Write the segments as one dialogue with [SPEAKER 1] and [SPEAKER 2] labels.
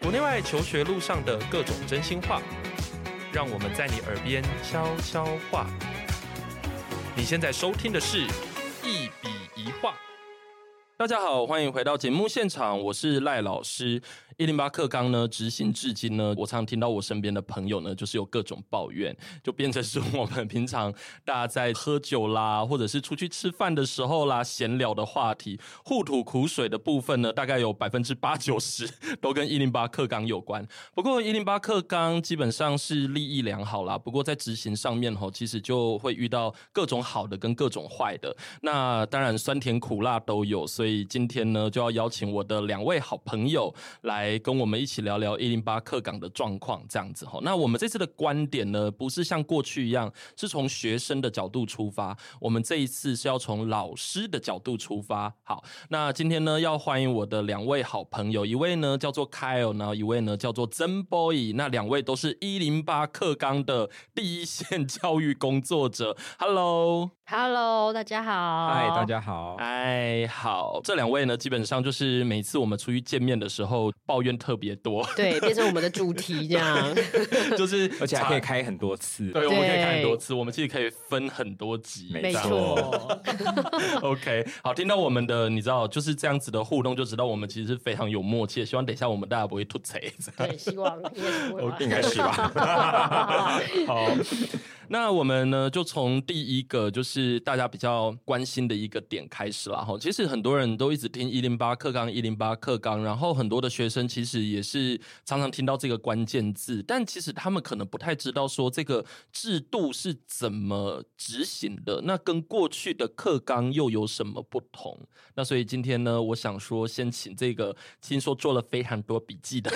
[SPEAKER 1] 国内外求学路上的各种真心话，让我们在你耳边悄悄话。你现在收听的是《一笔一画》。大家好，欢迎回到节目现场，我是赖老师。一零八课纲呢，执行至今呢，我常听到我身边的朋友呢，就是有各种抱怨，就变成是我们平常大家在喝酒啦，或者是出去吃饭的时候啦，闲聊的话题，互吐苦水的部分呢，大概有百分之八九十都跟一零八课纲有关。不过一零八课纲基本上是立意良好啦，不过在执行上面吼，其实就会遇到各种好的跟各种坏的。那当然酸甜苦辣都有，所以今天呢就要邀请我的两位好朋友来跟我们一起聊聊一零八课纲的状况，这样子吼。那我们这次的观点呢，不是像过去一样是从学生的角度出发，我们这一次是要从老师的角度出发。好，那今天呢要欢迎我的两位好朋友，一位呢叫做 Kyle，然后一位呢叫做曾 boy，那两位都是一零八课纲的第一线教育工作者。Hello。
[SPEAKER 2] Hello，大家好。
[SPEAKER 3] 嗨，大。家好。
[SPEAKER 1] 哎，好，这两位呢，基本上就是每次我们出去见面的时候，抱怨特别 多，
[SPEAKER 2] 对，变成我们的主题这样。
[SPEAKER 1] 就是
[SPEAKER 3] 而且还可
[SPEAKER 1] 查。
[SPEAKER 3] 以开很多次，
[SPEAKER 1] 对，我们可以看很
[SPEAKER 2] 对
[SPEAKER 1] 多次，我们其实可以分很多集，
[SPEAKER 3] 没
[SPEAKER 2] 没
[SPEAKER 1] 这样
[SPEAKER 2] 错，
[SPEAKER 1] OK，好，听到我们的，你知道就是这样子的互动，就知道我们其实是非常有默契的。希望等一下我们大家不会 吐槽。
[SPEAKER 2] 对，希望应该是不会吧
[SPEAKER 1] 应该是 吧。 好，那我们呢就从第一个就是大家比较关心的一个点开始啦。哈，其实很多人都一直听一零八课纲一零八课纲，然后很多的学生其实也是常常听到这个关键字，但其实他们可能不太知道说这个制度是怎么执行的，那跟过去的课纲又有什么不同？那所以今天呢，我想说先请这个听说做了非常多笔记的。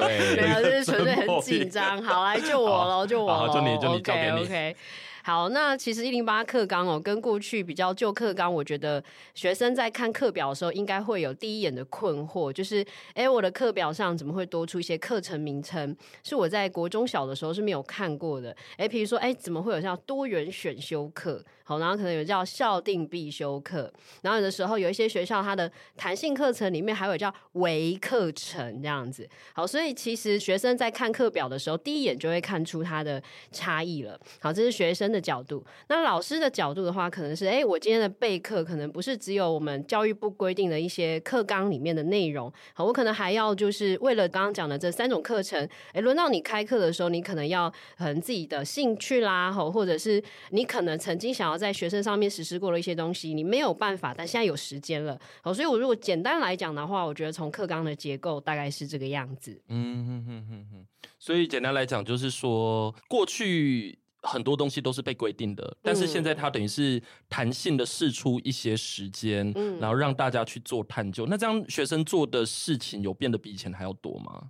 [SPEAKER 2] 没有，
[SPEAKER 1] 对
[SPEAKER 2] 就是纯 粹很紧张。好，来救我喽，救我
[SPEAKER 1] 好
[SPEAKER 2] 喽！
[SPEAKER 1] 就你就你交给你
[SPEAKER 2] OK OK。好，那其实一零八课纲哦，跟过去比较旧课纲，我觉得学生在看课表的时候，应该会有第一眼的困惑，就是哎，诶我的课表上怎么会多出一些课程名称？是我在国中小的时候是没有看过的。哎，比如说，哎，怎么会有叫多元选修课？好，然后可能有叫校定必修课，然后有的时候有一些学校它的弹性课程里面还有叫微课程这样子。好，所以其实学生在看课表的时候，第一眼就会看出它的差异了。好，这是学生的角度。那老师的角度的话，可能是，哎，我今天的备课可能不是只有我们教育部规定的一些课纲里面的内容，好，我可能还要就是为了刚刚讲的这三种课程，哎，轮到你开课的时候，你可能要可能自己的兴趣啦，吼，或者是你可能曾经想要在学生上面实施过的一些东西，你没有办法，但现在有时间了，好，所以我如果简单来讲的话，我觉得从课纲的结构大概是这个样子。
[SPEAKER 1] 嗯哼哼哼哼，所以简单来讲，就是说过去很多东西都是被规定的，但是现在它等于是弹性的试出一些时间，
[SPEAKER 2] 嗯
[SPEAKER 1] 然后让大家去做探究。那这样学生做的事情有变得比以前还要多吗？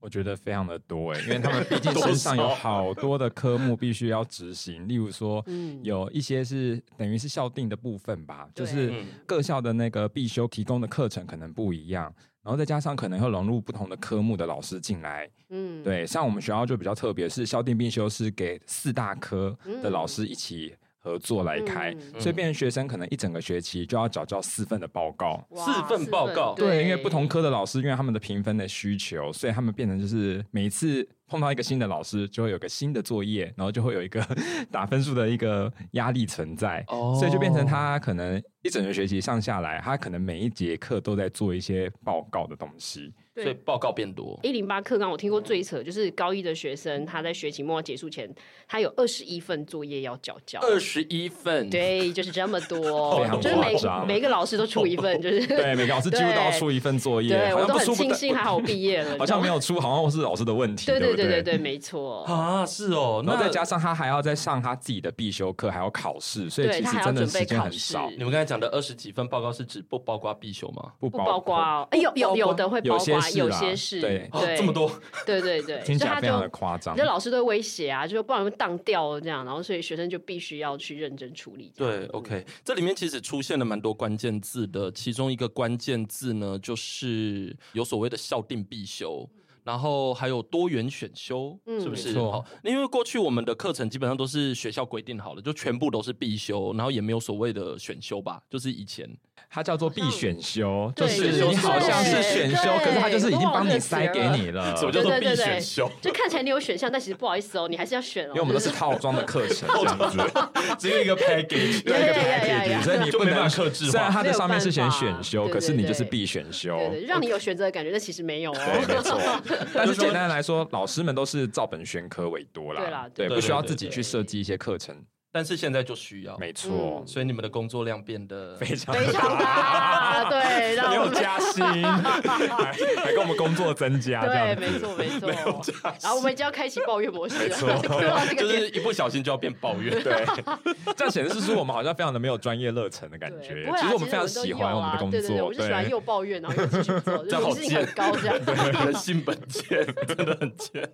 [SPEAKER 3] 我觉得非常的多哎，因为他们毕竟身上有好多的科目必须要执行，例如说
[SPEAKER 2] 嗯，
[SPEAKER 3] 有一些是等于是校定的部分吧，
[SPEAKER 2] 对
[SPEAKER 3] 就是
[SPEAKER 1] 嗯
[SPEAKER 3] 各校的那个必修提供的课程可能不一样，然后再加上可能会融入不同的科目的老师进来。
[SPEAKER 2] 嗯，
[SPEAKER 3] 对，像我们学校就比较特别，是校定必修是给四大科的老师一起合作来开，
[SPEAKER 2] 嗯
[SPEAKER 3] 所以变成学生可能一整个学期就要缴交四份的报告。
[SPEAKER 2] 哇，
[SPEAKER 1] 四份报告
[SPEAKER 3] 对，因为不同科的老师，因为他们的评分的需求，所以他们变成就是每一次碰到一个新的老师，就会有个新的作业，然后就会有一个 打分数的一个压力存在，
[SPEAKER 1] 哦
[SPEAKER 3] 所以就变成他可能一整个学期上下来，他可能每一节课都在做一些报告的东西。
[SPEAKER 1] 所以
[SPEAKER 2] 对。
[SPEAKER 1] 报告变多。
[SPEAKER 2] 一零八课纲，我听过最扯就是高一的学生，他在学期末结束前，他有二十一份作业要交交。
[SPEAKER 1] 二十一份，，
[SPEAKER 2] 对，就是这么多
[SPEAKER 3] 非，常
[SPEAKER 2] 就是
[SPEAKER 3] 夸张啊
[SPEAKER 2] 每每个老师都出一 份，就是
[SPEAKER 3] 对，每个老师几乎都要出一份作业，
[SPEAKER 2] 对
[SPEAKER 3] 好
[SPEAKER 2] 我
[SPEAKER 3] 像
[SPEAKER 2] 都
[SPEAKER 3] 不
[SPEAKER 2] 很
[SPEAKER 3] 出不
[SPEAKER 2] 庆幸，还好我毕业了，
[SPEAKER 3] 好像没
[SPEAKER 2] 有。
[SPEAKER 3] 有出，好像是老师的问题，
[SPEAKER 2] 对
[SPEAKER 3] 对
[SPEAKER 2] 对
[SPEAKER 3] 不
[SPEAKER 2] 对对对，没错。
[SPEAKER 1] 啊，是哦，
[SPEAKER 3] 然
[SPEAKER 1] 那
[SPEAKER 3] 后再加上他还要再上他自己的必修课，还要考试，所以
[SPEAKER 2] 对
[SPEAKER 3] 其
[SPEAKER 2] 他
[SPEAKER 3] 实
[SPEAKER 2] 还要
[SPEAKER 3] 真的
[SPEAKER 2] 准备
[SPEAKER 3] 时间
[SPEAKER 2] 考
[SPEAKER 3] 很
[SPEAKER 2] 试，
[SPEAKER 3] 少，
[SPEAKER 1] 你们刚才讲的二十几份报告是指不包括必修吗？
[SPEAKER 3] 不
[SPEAKER 2] 不包括哦。哎，有有有的会包
[SPEAKER 3] 有些
[SPEAKER 2] 括，啊
[SPEAKER 3] 是
[SPEAKER 2] 有
[SPEAKER 3] 啦
[SPEAKER 2] 些是，
[SPEAKER 3] 对
[SPEAKER 1] 哦
[SPEAKER 2] 对，
[SPEAKER 1] 这么，多，
[SPEAKER 2] 对对对，
[SPEAKER 3] 听起
[SPEAKER 2] 所以他
[SPEAKER 3] 来非常的
[SPEAKER 2] 就
[SPEAKER 3] 夸张
[SPEAKER 2] 你这。老师都会威胁啊，就说不然会当掉哦了这样，然后所以学生就必须要去认真处理。
[SPEAKER 1] 对，OK，这里面其实出现了蛮多关键字的，其中一个关键字呢，就是有所谓的校定必修。然后还有多元选修，
[SPEAKER 2] 嗯
[SPEAKER 1] 是不是？
[SPEAKER 3] 没错
[SPEAKER 1] 好，因为过去我们的课程基本上都是学校规定好了，就全部都是必修，然后也没有所谓的选修吧，就是以前
[SPEAKER 3] 它叫做必选修，就
[SPEAKER 2] 对
[SPEAKER 3] 是
[SPEAKER 1] 就是
[SPEAKER 3] 你好像是
[SPEAKER 2] 对
[SPEAKER 3] 选修，
[SPEAKER 2] 对
[SPEAKER 3] 可是它就是已经帮
[SPEAKER 2] 跟我
[SPEAKER 3] 你
[SPEAKER 2] 热血
[SPEAKER 3] 塞给
[SPEAKER 2] 了
[SPEAKER 3] 你了。
[SPEAKER 1] 什么
[SPEAKER 3] 因
[SPEAKER 1] 叫做
[SPEAKER 2] 对
[SPEAKER 1] 必
[SPEAKER 2] 对对对
[SPEAKER 1] 选 修？
[SPEAKER 2] 就看起来你有选项，但其实不好意思哦，你还是要选哦。
[SPEAKER 3] 为我们都
[SPEAKER 2] 就是
[SPEAKER 3] 套装的课程这样子，
[SPEAKER 1] 只有一个 package，
[SPEAKER 3] 对一 个
[SPEAKER 2] 对呀呀呀
[SPEAKER 3] package，所以你
[SPEAKER 1] 就
[SPEAKER 3] 不
[SPEAKER 1] 没
[SPEAKER 3] 能
[SPEAKER 1] 办法克制化
[SPEAKER 3] 虽然它的上面是
[SPEAKER 2] 没
[SPEAKER 3] 写
[SPEAKER 2] 有办法
[SPEAKER 3] 选修，
[SPEAKER 2] 对
[SPEAKER 3] 可是
[SPEAKER 2] 对
[SPEAKER 3] 你
[SPEAKER 2] 对
[SPEAKER 3] 就是必选修。
[SPEAKER 2] 对对，让你有选择的感觉，但其实没有
[SPEAKER 3] 对，
[SPEAKER 2] 哦。
[SPEAKER 3] 没错。但
[SPEAKER 1] 就
[SPEAKER 3] 是
[SPEAKER 1] 是说
[SPEAKER 3] 简单来说，老师们都是照本宣科为多啦，
[SPEAKER 2] 对啦
[SPEAKER 3] 对，
[SPEAKER 2] 对
[SPEAKER 3] 不
[SPEAKER 1] 对
[SPEAKER 3] 需要
[SPEAKER 1] 对
[SPEAKER 3] 自己去
[SPEAKER 2] 对
[SPEAKER 3] 设计一些课程，
[SPEAKER 1] 但是现在就需要，
[SPEAKER 3] 没错
[SPEAKER 2] 嗯，
[SPEAKER 1] 所以你们的工作量变得
[SPEAKER 3] 非常
[SPEAKER 2] 非常大， 对，让
[SPEAKER 3] 没
[SPEAKER 2] 我
[SPEAKER 3] 有
[SPEAKER 2] 们
[SPEAKER 3] 加薪，还还跟我们工作增加这
[SPEAKER 2] 对，
[SPEAKER 3] 样子。
[SPEAKER 2] 没错没错。然后我们已经要开启抱怨模式了，
[SPEAKER 1] 错
[SPEAKER 2] 就到这
[SPEAKER 1] 就
[SPEAKER 2] 个点。
[SPEAKER 1] 是一不小心就要变抱 怨，对，
[SPEAKER 3] 这样显示出我们好像非常的没有专业热忱的感觉
[SPEAKER 2] 对不。会啊其
[SPEAKER 3] 其实
[SPEAKER 2] 实
[SPEAKER 3] 我们非常喜欢我们的工
[SPEAKER 2] 我们都有啊对对对，我们
[SPEAKER 3] 作，
[SPEAKER 2] 是喜欢又抱怨，然后又继续 做，
[SPEAKER 1] 这
[SPEAKER 2] 就
[SPEAKER 1] 样
[SPEAKER 2] 是
[SPEAKER 1] 好
[SPEAKER 2] 自己很
[SPEAKER 1] 贱
[SPEAKER 2] 高这 样。
[SPEAKER 1] 人性本贱， 真的很贱。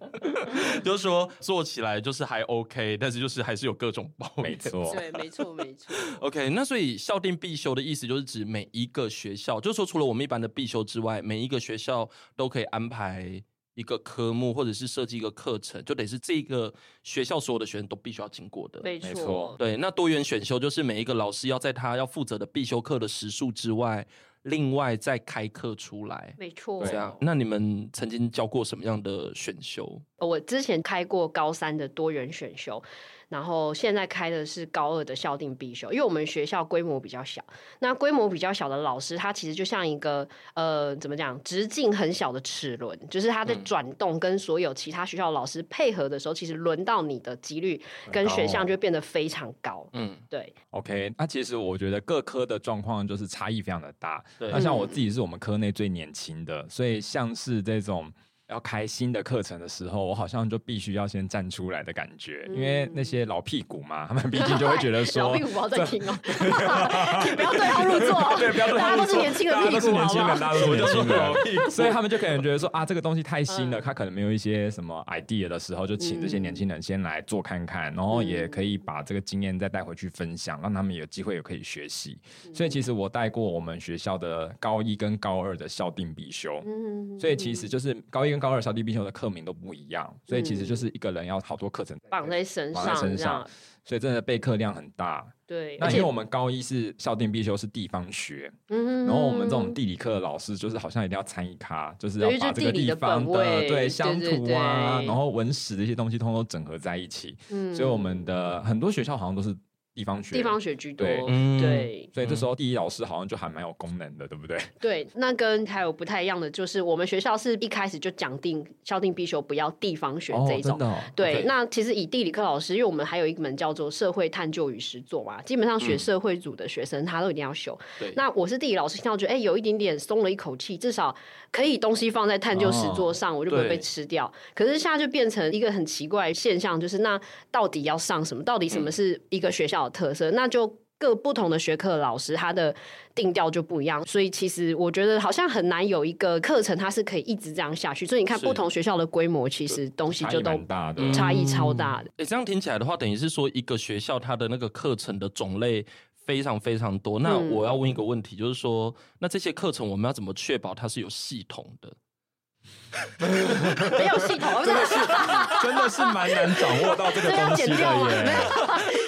[SPEAKER 1] 就是说做起来就是还 OK，但是就是还是有各种抱
[SPEAKER 3] 没
[SPEAKER 1] 怨。
[SPEAKER 3] 错，
[SPEAKER 2] 对，没错没错。
[SPEAKER 1] OK，那所以校定必修的意思就是指每一个学校，就是说除了我们一般的必修之外，每一个学校都可以安排一个科目，或者是设计一个课程，就得是这个学校所有的学生都必须要经过的。
[SPEAKER 2] 没
[SPEAKER 3] 没错
[SPEAKER 2] 错，
[SPEAKER 1] 对，那多元选修就是每一个老师要在他要负责的必修课的时数之外，另外再开课出来。
[SPEAKER 2] 没错。
[SPEAKER 1] 这
[SPEAKER 3] 啊
[SPEAKER 1] 样，那你们曾经教过什么样的选修？
[SPEAKER 2] 我之前开过高三的多元选修，然后现在开的是高二的校定必修，因为我们学校规模比较小。那规模比较小的老师，他其实就像一个呃，怎么讲，直径很小的齿轮，就是他
[SPEAKER 3] 嗯
[SPEAKER 2] 在转动跟所有其他学校的老师配合的时候，其实轮到你的几率跟选
[SPEAKER 3] 哦
[SPEAKER 2] 项就会变得非常高。
[SPEAKER 1] 嗯，
[SPEAKER 2] 对，
[SPEAKER 3] OK，那其实我觉得各科的状况就是差异非常的大。
[SPEAKER 1] 对
[SPEAKER 3] 那像我自己是我们科内最年轻的，所以像是这种要开新的课程的时候，我好像就必须要先站出来的感觉，因为那些老屁股嘛，他们毕竟就会觉得
[SPEAKER 2] 嗯哎 老
[SPEAKER 3] 说
[SPEAKER 2] 屁。股不要再 听哦，请不要对号入座哦，
[SPEAKER 3] 对，不要对
[SPEAKER 2] 大家
[SPEAKER 3] 他们
[SPEAKER 2] 都是
[SPEAKER 3] 说
[SPEAKER 2] 年轻的
[SPEAKER 3] 大家
[SPEAKER 2] 屁
[SPEAKER 3] 都
[SPEAKER 2] 股，
[SPEAKER 3] 是年
[SPEAKER 2] 好不嗯
[SPEAKER 3] 轻
[SPEAKER 2] 好
[SPEAKER 3] 人，？大家都是年轻人
[SPEAKER 1] 老，屁股
[SPEAKER 3] 所以他们就可能觉得说啊，这个东西太新了，
[SPEAKER 2] 嗯
[SPEAKER 3] 他可能没有一些什么 idea 的时候，就请这些年轻人先来做看看，然
[SPEAKER 2] 嗯
[SPEAKER 3] 后也可以把这个经验再带回去分享，让他们有机会也可以学习。
[SPEAKER 2] 嗯
[SPEAKER 3] 所以其实我带过我们学校的高一跟高二的校定必修。
[SPEAKER 2] 嗯
[SPEAKER 3] 所以其实就是高一跟高二校定必修的课名都不一样，所以其实就是一个人要好多课程在
[SPEAKER 2] 绑在身
[SPEAKER 3] 绑在
[SPEAKER 2] 上，
[SPEAKER 3] 身
[SPEAKER 2] 这
[SPEAKER 3] 上
[SPEAKER 2] 样，
[SPEAKER 3] 所以真的备课量很大。
[SPEAKER 2] 对，
[SPEAKER 3] 那
[SPEAKER 2] 而
[SPEAKER 3] 因为
[SPEAKER 2] 且
[SPEAKER 3] 我们高一是校定必修是地方学，
[SPEAKER 2] 嗯
[SPEAKER 3] 然后我们这种地理课的老师，就是好像一定要参与咖，就是要
[SPEAKER 2] 对就
[SPEAKER 3] 把
[SPEAKER 2] 是
[SPEAKER 3] 这个
[SPEAKER 2] 地理
[SPEAKER 3] 地
[SPEAKER 2] 的
[SPEAKER 3] 方
[SPEAKER 2] 本位
[SPEAKER 3] 对
[SPEAKER 2] 对
[SPEAKER 3] 乡
[SPEAKER 2] 对
[SPEAKER 3] 土啊，
[SPEAKER 2] 对
[SPEAKER 3] 然后文史的一些东西，通通整合在一起。
[SPEAKER 2] 嗯
[SPEAKER 3] 所以我们的很多学校好像都是地方学，
[SPEAKER 2] 地方学居多，
[SPEAKER 3] 对
[SPEAKER 1] 嗯
[SPEAKER 2] 对
[SPEAKER 3] 所以这时候地理老师好像就还蛮有功能的，对不对？
[SPEAKER 2] 对，那跟还有不太一样的就是，我们学校是一开始就讲定校定必修，不要地方学这一种。
[SPEAKER 3] 真的哦
[SPEAKER 2] 对
[SPEAKER 3] OK，
[SPEAKER 2] 那其实以地理课老师，因为我们还有一门叫做社会探究与实作嘛，基本上
[SPEAKER 3] 嗯
[SPEAKER 2] 学社会组的学生他都一定要修。
[SPEAKER 1] 对，
[SPEAKER 2] 那我是地理老师，听到觉得哎、有一点点松了一口气，至少可以东西放在探究实
[SPEAKER 3] 哦
[SPEAKER 2] 作上，我就不会被
[SPEAKER 1] 对
[SPEAKER 2] 吃掉。可是现在就变成一个很奇怪的现象，就是那到底要上什么？到底什
[SPEAKER 3] 嗯
[SPEAKER 2] 么是一个学校的特色？那就。各不同的学科的老师，他的定调就不一样，所以其实我觉得好像很难有一个课程，它是可以一直这样下去。所以你看，
[SPEAKER 1] 是
[SPEAKER 2] 不同学校的规模，其实东西
[SPEAKER 3] 差
[SPEAKER 2] 就
[SPEAKER 3] 异
[SPEAKER 2] 都
[SPEAKER 3] 蛮大的。
[SPEAKER 1] 嗯
[SPEAKER 2] 差异超大的。
[SPEAKER 1] 诶，这样听起来的话，等于是说一个学校它的那个课程的种类非常非常多。那
[SPEAKER 2] 嗯
[SPEAKER 1] 我要问一个问题，就是说，那这些课程我们要怎么确保它是有系统的？
[SPEAKER 2] 没有系 统，不是
[SPEAKER 3] 真的是蛮难掌握到 这个
[SPEAKER 2] 这要
[SPEAKER 3] 东西
[SPEAKER 2] 剪
[SPEAKER 3] 的
[SPEAKER 2] 掉吗？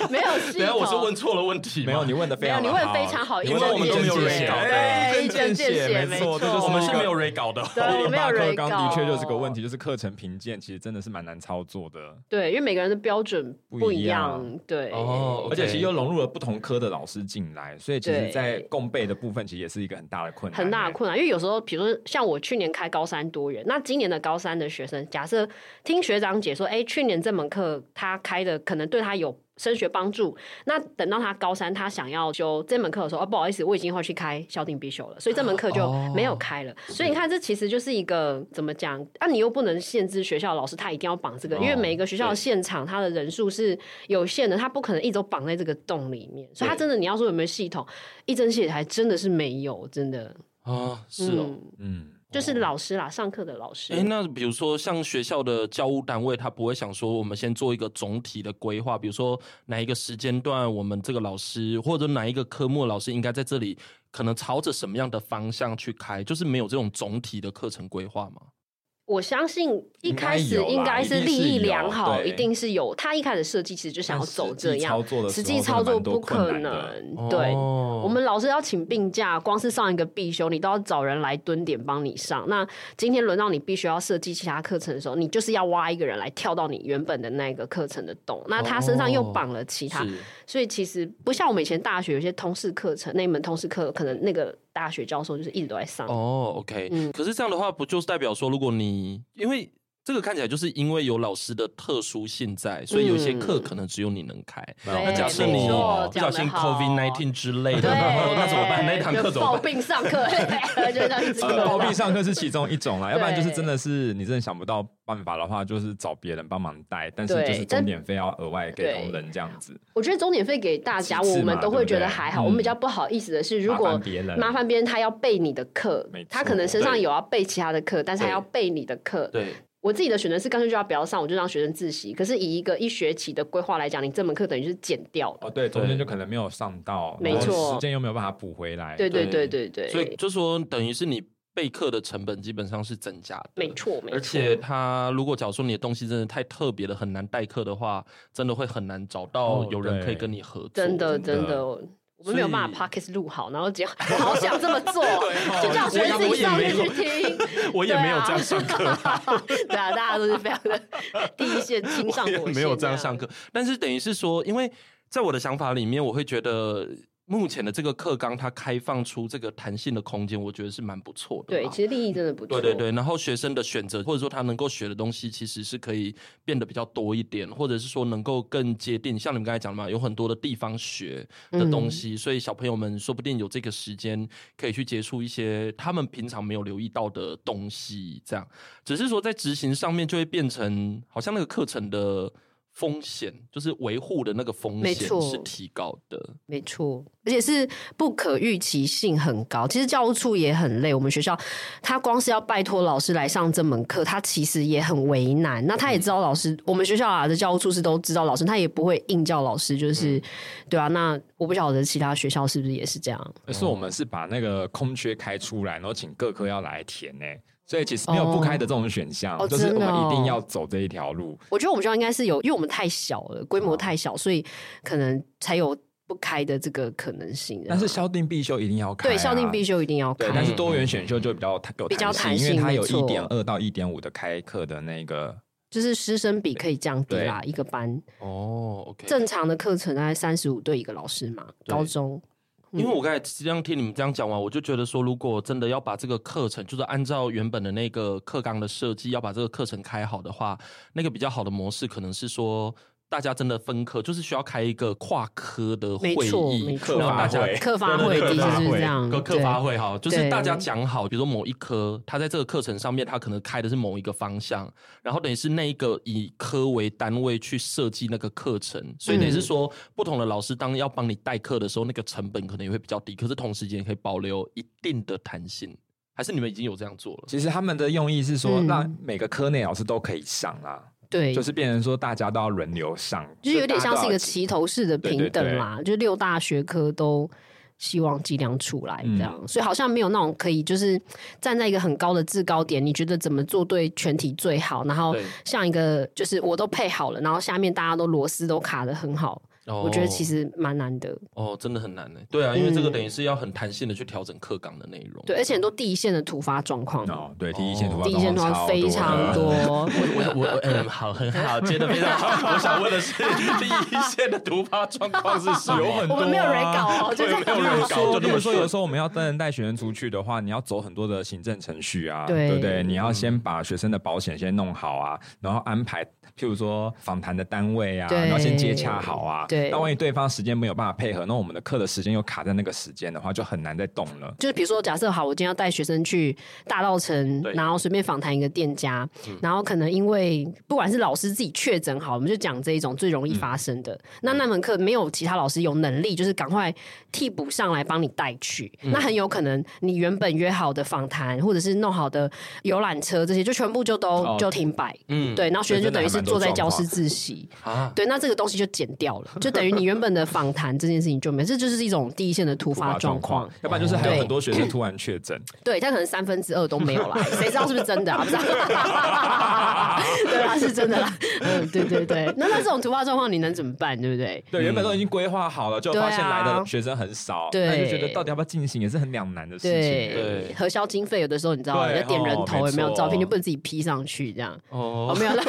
[SPEAKER 2] 没有，没
[SPEAKER 3] 耶。
[SPEAKER 2] 有系统。
[SPEAKER 1] 等一下我是问错了问题吗
[SPEAKER 3] 没有，你问的非
[SPEAKER 2] 没有，
[SPEAKER 3] 常
[SPEAKER 2] 你
[SPEAKER 3] 好
[SPEAKER 2] 问得非常好，
[SPEAKER 3] 你
[SPEAKER 1] 因为
[SPEAKER 3] 问
[SPEAKER 1] 我们都没有
[SPEAKER 3] 人
[SPEAKER 1] 人搞的
[SPEAKER 2] 一针见血，
[SPEAKER 3] 没
[SPEAKER 2] 没
[SPEAKER 3] 错，这就是
[SPEAKER 1] 哦我们是没有
[SPEAKER 3] 人。
[SPEAKER 1] re 搞的。
[SPEAKER 2] 对，啊我们没 有人
[SPEAKER 3] 刚
[SPEAKER 2] 搞，
[SPEAKER 3] 的确就是个问题，。就是课程评鉴其实真的是蛮难操作的。
[SPEAKER 2] 对，因为每个人的标准不
[SPEAKER 3] 不一
[SPEAKER 2] 一
[SPEAKER 3] 样
[SPEAKER 2] 样，对，
[SPEAKER 1] 哦
[SPEAKER 3] 而且其实
[SPEAKER 1] OK
[SPEAKER 3] 又融入了不同科的老师进来，所以其实，
[SPEAKER 2] 对
[SPEAKER 3] 在共备的部分，其实也是一个很大的困难欸，
[SPEAKER 2] 很大的困难。因为有时候，比如说像我去年开高三多元，那今年的高三的学生，假设听学长姐说，哎、去年这门课他开的可能对他有。升学帮助，那等到他高三，他想要修这门课的时候，哦，不好意思，我已经要去开校定必修了，所以这门课就
[SPEAKER 1] 哦
[SPEAKER 2] 没有开了。所以你看，这其实就是一个怎么讲？啊，你又不能限制学校老师他一定要绑这个，因为
[SPEAKER 1] 哦
[SPEAKER 2] 每一个学校
[SPEAKER 1] 对
[SPEAKER 2] 的现场他的人数是有限的，他不可能一直都绑在这个洞里面。所以他
[SPEAKER 1] 对
[SPEAKER 2] 真的，你要说有没有系统，一针见血还真的是没有，真的。
[SPEAKER 1] 啊，是哦。
[SPEAKER 2] 嗯，
[SPEAKER 3] 嗯，
[SPEAKER 2] 就是老师啦，上课的老师。
[SPEAKER 1] 诶，那比如说像学校的教务单位，他不会想说我们先做一个总体的规划，比如说哪一个时间段，我们这个老师或者哪一个科目的老师应该在这里，可能朝着什么样的方向去开，就是没有这种总体的课程规划吗？
[SPEAKER 2] 我相信一
[SPEAKER 3] 应该
[SPEAKER 2] 开始
[SPEAKER 3] 有啦
[SPEAKER 2] 应该是利益良好，
[SPEAKER 3] 一定是有对
[SPEAKER 2] 一定是有。他一开始设计其实就想要走这样，
[SPEAKER 3] 但实际操作
[SPEAKER 2] 实际操作
[SPEAKER 3] 的时候
[SPEAKER 2] 不可
[SPEAKER 3] 真的蛮多困难
[SPEAKER 2] 能
[SPEAKER 3] 的。
[SPEAKER 2] 对，
[SPEAKER 1] 哦
[SPEAKER 2] 我们老师要请病假，光是上一个必修，你都要找人来蹲点帮你上。那今天轮到你必须要设计其他课程的时候，你就是要挖一个人来跳到你原本的那个课程的洞。那他身上又
[SPEAKER 3] 哦
[SPEAKER 2] 绑了其他，
[SPEAKER 1] 是
[SPEAKER 2] 所以其实不像我们以前大学有些通识课程，那一门通识课可能那个大学教授就是一直都在上。
[SPEAKER 1] 哦，OK，、
[SPEAKER 2] 嗯
[SPEAKER 1] 可是这样的话，不就是代表说，如果你因为这个看起来就是因为有老师的特殊性在，所以有一些课
[SPEAKER 2] 嗯
[SPEAKER 1] 可能只有你能开。
[SPEAKER 2] 对
[SPEAKER 1] 那假设你
[SPEAKER 2] 没错
[SPEAKER 1] 不小心
[SPEAKER 2] 讲得好
[SPEAKER 1] COVID nineteen 之类的，
[SPEAKER 2] 对，
[SPEAKER 1] 然后 那怎么 办？那一堂课
[SPEAKER 2] 就
[SPEAKER 1] 怎么
[SPEAKER 2] 暴
[SPEAKER 1] 办？
[SPEAKER 2] 病上课， 就这样一直
[SPEAKER 3] 呃，暴
[SPEAKER 2] 课
[SPEAKER 3] 毙上课是其中一种啦，要不然就是
[SPEAKER 2] 对
[SPEAKER 3] 真的是你真的想不到办法的话，就是找别人帮忙带，但是
[SPEAKER 2] 对
[SPEAKER 3] 就是
[SPEAKER 2] 但
[SPEAKER 3] 钟点费要额外给同仁这样子，
[SPEAKER 2] 我觉得钟点费给大家，
[SPEAKER 3] 其次
[SPEAKER 2] 我
[SPEAKER 3] 嘛
[SPEAKER 2] 们都会觉得还好。
[SPEAKER 3] 对不对
[SPEAKER 2] 我们比较不好意思的是，如果
[SPEAKER 3] 麻烦别人
[SPEAKER 2] 麻烦别人，他要备你的课
[SPEAKER 3] 没错，
[SPEAKER 2] 他可能身上
[SPEAKER 1] 对
[SPEAKER 2] 有要备其他的课，但是他
[SPEAKER 1] 对
[SPEAKER 2] 要备你的课。
[SPEAKER 1] 对，
[SPEAKER 2] 我自己的选择是干脆就要不要上，我就让学生自习。可是以一个一学期的规划来讲，你这门课等于是减掉的。
[SPEAKER 3] 哦，对，中
[SPEAKER 1] 对
[SPEAKER 3] 间就可能没有上到，
[SPEAKER 2] 没
[SPEAKER 3] 然后
[SPEAKER 2] 错
[SPEAKER 3] 时间又没有办法补回来，
[SPEAKER 2] 对对
[SPEAKER 1] 对
[SPEAKER 2] 对对对，
[SPEAKER 1] 所以就说等于是你备课的成本基本上是增加的，
[SPEAKER 2] 没。错没错。
[SPEAKER 1] 而且他如果假如说你的东西真的太特别了，很难代课的话，真的会很难找到
[SPEAKER 3] 哦
[SPEAKER 1] 有人
[SPEAKER 3] 对
[SPEAKER 1] 可以跟你合作。
[SPEAKER 2] 真的
[SPEAKER 3] 真
[SPEAKER 2] 真
[SPEAKER 3] 的
[SPEAKER 2] 的，我们没有办法 podcast 录好，然后只要好想这么 做，
[SPEAKER 1] 哦
[SPEAKER 2] 就叫学生自己上去去 听。啊
[SPEAKER 1] 我也没有这样上课，
[SPEAKER 2] 对啊，大家都是非常的第一线亲上
[SPEAKER 1] 我也
[SPEAKER 2] 火线，
[SPEAKER 1] 没有这样上课。但是等于是说，因为在我的想法里面，我会觉得目前的这个课纲它开放出这个弹性的空间，我觉得是蛮不错的
[SPEAKER 2] 对，
[SPEAKER 1] 啦。
[SPEAKER 2] 其实利益真的不错。
[SPEAKER 1] 对对对，然后学生的选择或者说他能够学的东西，其实是可以变得比较多一点，或者是说能够更接近，像你们刚才讲的嘛，有很多的地方学的
[SPEAKER 2] 嗯
[SPEAKER 1] 东西，所以小朋友们说不定有这个时间可以去接触一些他们平常没有留意到的东西，这样只是说在执行上面就会变成好像那个课程的。风险就是维护的那个风
[SPEAKER 2] 没
[SPEAKER 1] 险
[SPEAKER 2] 错
[SPEAKER 1] 是提高的，
[SPEAKER 2] 没错，而且是不可预期性很高。其实教务处也很累，我们学校他光是要拜托老师来上这门课，他其实也很为难。那他
[SPEAKER 3] 嗯
[SPEAKER 2] 也知道老师，我们学校啊的教务处是都知道老师，他也不会硬叫老师，就是、
[SPEAKER 3] 嗯
[SPEAKER 2] 对啊。那我不晓得其他学校是不是也是这样，
[SPEAKER 3] 而是我们是把那个空缺开出来，然后请各科要来填呢、所以其实没有不开的这种选项，
[SPEAKER 2] 哦
[SPEAKER 3] 就是我
[SPEAKER 2] 真的
[SPEAKER 3] 们
[SPEAKER 2] 哦
[SPEAKER 3] 一定要走这一条路。
[SPEAKER 2] 我觉得我们学校应该是有，因为我们太小了，规
[SPEAKER 3] 哦
[SPEAKER 2] 模太小，所以可能才有不开的这个可能性。
[SPEAKER 3] 但是校定必修一定要开、啊，
[SPEAKER 2] 啊对校定必修一定要
[SPEAKER 3] 对
[SPEAKER 2] 开，，
[SPEAKER 3] 但是多元选修就比较有
[SPEAKER 2] 比较弹
[SPEAKER 3] 性，
[SPEAKER 2] 性
[SPEAKER 3] 因为它有
[SPEAKER 2] 没错
[SPEAKER 3] 一点二到一点五的开课的那个，
[SPEAKER 2] 就是师生比可以降低啦，一个班。
[SPEAKER 1] 哦，OK，
[SPEAKER 2] 正常的课程大概三十五对一个老师嘛，
[SPEAKER 1] 对
[SPEAKER 2] 高中嗯
[SPEAKER 1] 因为我刚才这样听你们这样讲完，我就觉得说，如果真的要把这个课程，就是按照原本的那个课纲的设计，要把这个课程开好的话，那个比较好的模式可能是说。大家真的分科，就是需要开一个跨科的会
[SPEAKER 2] 没错
[SPEAKER 1] 议
[SPEAKER 2] 没，错
[SPEAKER 1] 然后大家
[SPEAKER 3] 对
[SPEAKER 2] 课发会的确是这样，
[SPEAKER 1] 各课
[SPEAKER 2] 对
[SPEAKER 1] 发会哈，就是
[SPEAKER 2] 对
[SPEAKER 1] 大家讲好，比如说某一科，他在这个课程上面，他可能开的是某一个方向，然后等于是那一个以科为单位去设计那个课程，所以等于是
[SPEAKER 2] 嗯
[SPEAKER 1] 说，不同的老师当要帮你代课的时候，那个成本可能也会比较低，可是同时间也可以保留一定的弹性，还是你们已经有这样做了？
[SPEAKER 3] 其实他们的用意是说
[SPEAKER 2] 嗯
[SPEAKER 3] 让每个科内老师都可以上啦，
[SPEAKER 2] 对，
[SPEAKER 3] 就是变成说大家都要轮流上，
[SPEAKER 2] 就是有点
[SPEAKER 3] 所以
[SPEAKER 2] 像
[SPEAKER 3] 大家
[SPEAKER 2] 是
[SPEAKER 3] 都
[SPEAKER 2] 一
[SPEAKER 3] 要
[SPEAKER 2] 个齐头式的平等啦，就六大学科都希望尽量出来这样，所以好像没有那种可以就是站在一个很高的制高点，你觉得怎么做对全体最好，然后
[SPEAKER 1] 对
[SPEAKER 2] 像一个就是我都配好了，然后下面大家都螺丝都卡的很好，我觉得其实蛮难的，
[SPEAKER 1] 哦，真的很难呢、对啊，因为这个
[SPEAKER 2] 嗯
[SPEAKER 1] 等于是要很弹性的去调整课纲的内容。
[SPEAKER 2] 对，而且很多第一线的突发状况。
[SPEAKER 3] 哦，对，第一线图画
[SPEAKER 2] 第一线状况非
[SPEAKER 1] 呃
[SPEAKER 2] 常
[SPEAKER 3] 多的。
[SPEAKER 2] 多，
[SPEAKER 1] 我我嗯，好，很好，接的非常 好。我想问的是，第一线的突发状况是什么？
[SPEAKER 3] 有很多、啊，
[SPEAKER 2] 我们没有人搞哦，就
[SPEAKER 1] 对
[SPEAKER 2] 是
[SPEAKER 1] 没有
[SPEAKER 3] 比
[SPEAKER 1] 人
[SPEAKER 3] 如
[SPEAKER 1] 搞
[SPEAKER 3] 说，
[SPEAKER 1] 就这
[SPEAKER 3] 比
[SPEAKER 1] 么
[SPEAKER 3] 如说，
[SPEAKER 1] 顺
[SPEAKER 3] 有时候我们要真人带学生出去的话，你要走很多的行政程序啊，
[SPEAKER 2] 对
[SPEAKER 3] 不对？
[SPEAKER 1] 嗯
[SPEAKER 3] 你要先把学生的保险先弄好啊，然后安排，譬如说访谈的单位啊，
[SPEAKER 2] 对
[SPEAKER 3] 然后先接洽好啊。
[SPEAKER 2] 对
[SPEAKER 3] 那万一对方时间没有办法配合，那我们的课的时间又卡在那个时间的话，就很难再动了。
[SPEAKER 2] 就是比如说，假设好，我今天要带学生去大道城
[SPEAKER 1] 对，
[SPEAKER 2] 然后随便访谈一个店家，然后可能因为不管是老师自己确诊好，我们就讲这一种最容易发生的。那那门课没有其他老师有能力，就是赶快替补上来帮你带去。那很有可能你原本约好的访谈，或者是弄好的游览车这些，就全部就都、
[SPEAKER 3] 哦
[SPEAKER 2] 就停摆。
[SPEAKER 1] 嗯
[SPEAKER 2] 对，然后学生就等于是坐在教室自习。
[SPEAKER 1] 啊，
[SPEAKER 2] 对，那这个东西就减掉了。就等于你原本的访谈这件事情就没有，这就是一种第一线的突发状况。
[SPEAKER 3] 要不然就是还有
[SPEAKER 2] 对
[SPEAKER 3] 很 多学生突然确诊，
[SPEAKER 2] 对，他可能三分之二都没有 来，谁知道是不是真的啊？不是啊，对啦，是真的 啦。嗯，对对对。那那这种突发状况你能怎么办？对不对？
[SPEAKER 3] 对，原本都已经规划好了，就
[SPEAKER 2] 对啊
[SPEAKER 3] 发现来的学生很少，
[SPEAKER 2] 对
[SPEAKER 3] 那就觉得到底要不要进行也是很两难的事情。
[SPEAKER 2] 对
[SPEAKER 1] 对，
[SPEAKER 2] 核销经费有的时候你知道
[SPEAKER 3] 对
[SPEAKER 2] 人家点人头
[SPEAKER 3] 哦
[SPEAKER 2] 有没有
[SPEAKER 3] 没错
[SPEAKER 2] 照片，你就不能自己 P 上去这样。哦，
[SPEAKER 1] 哦，
[SPEAKER 2] 没有啦，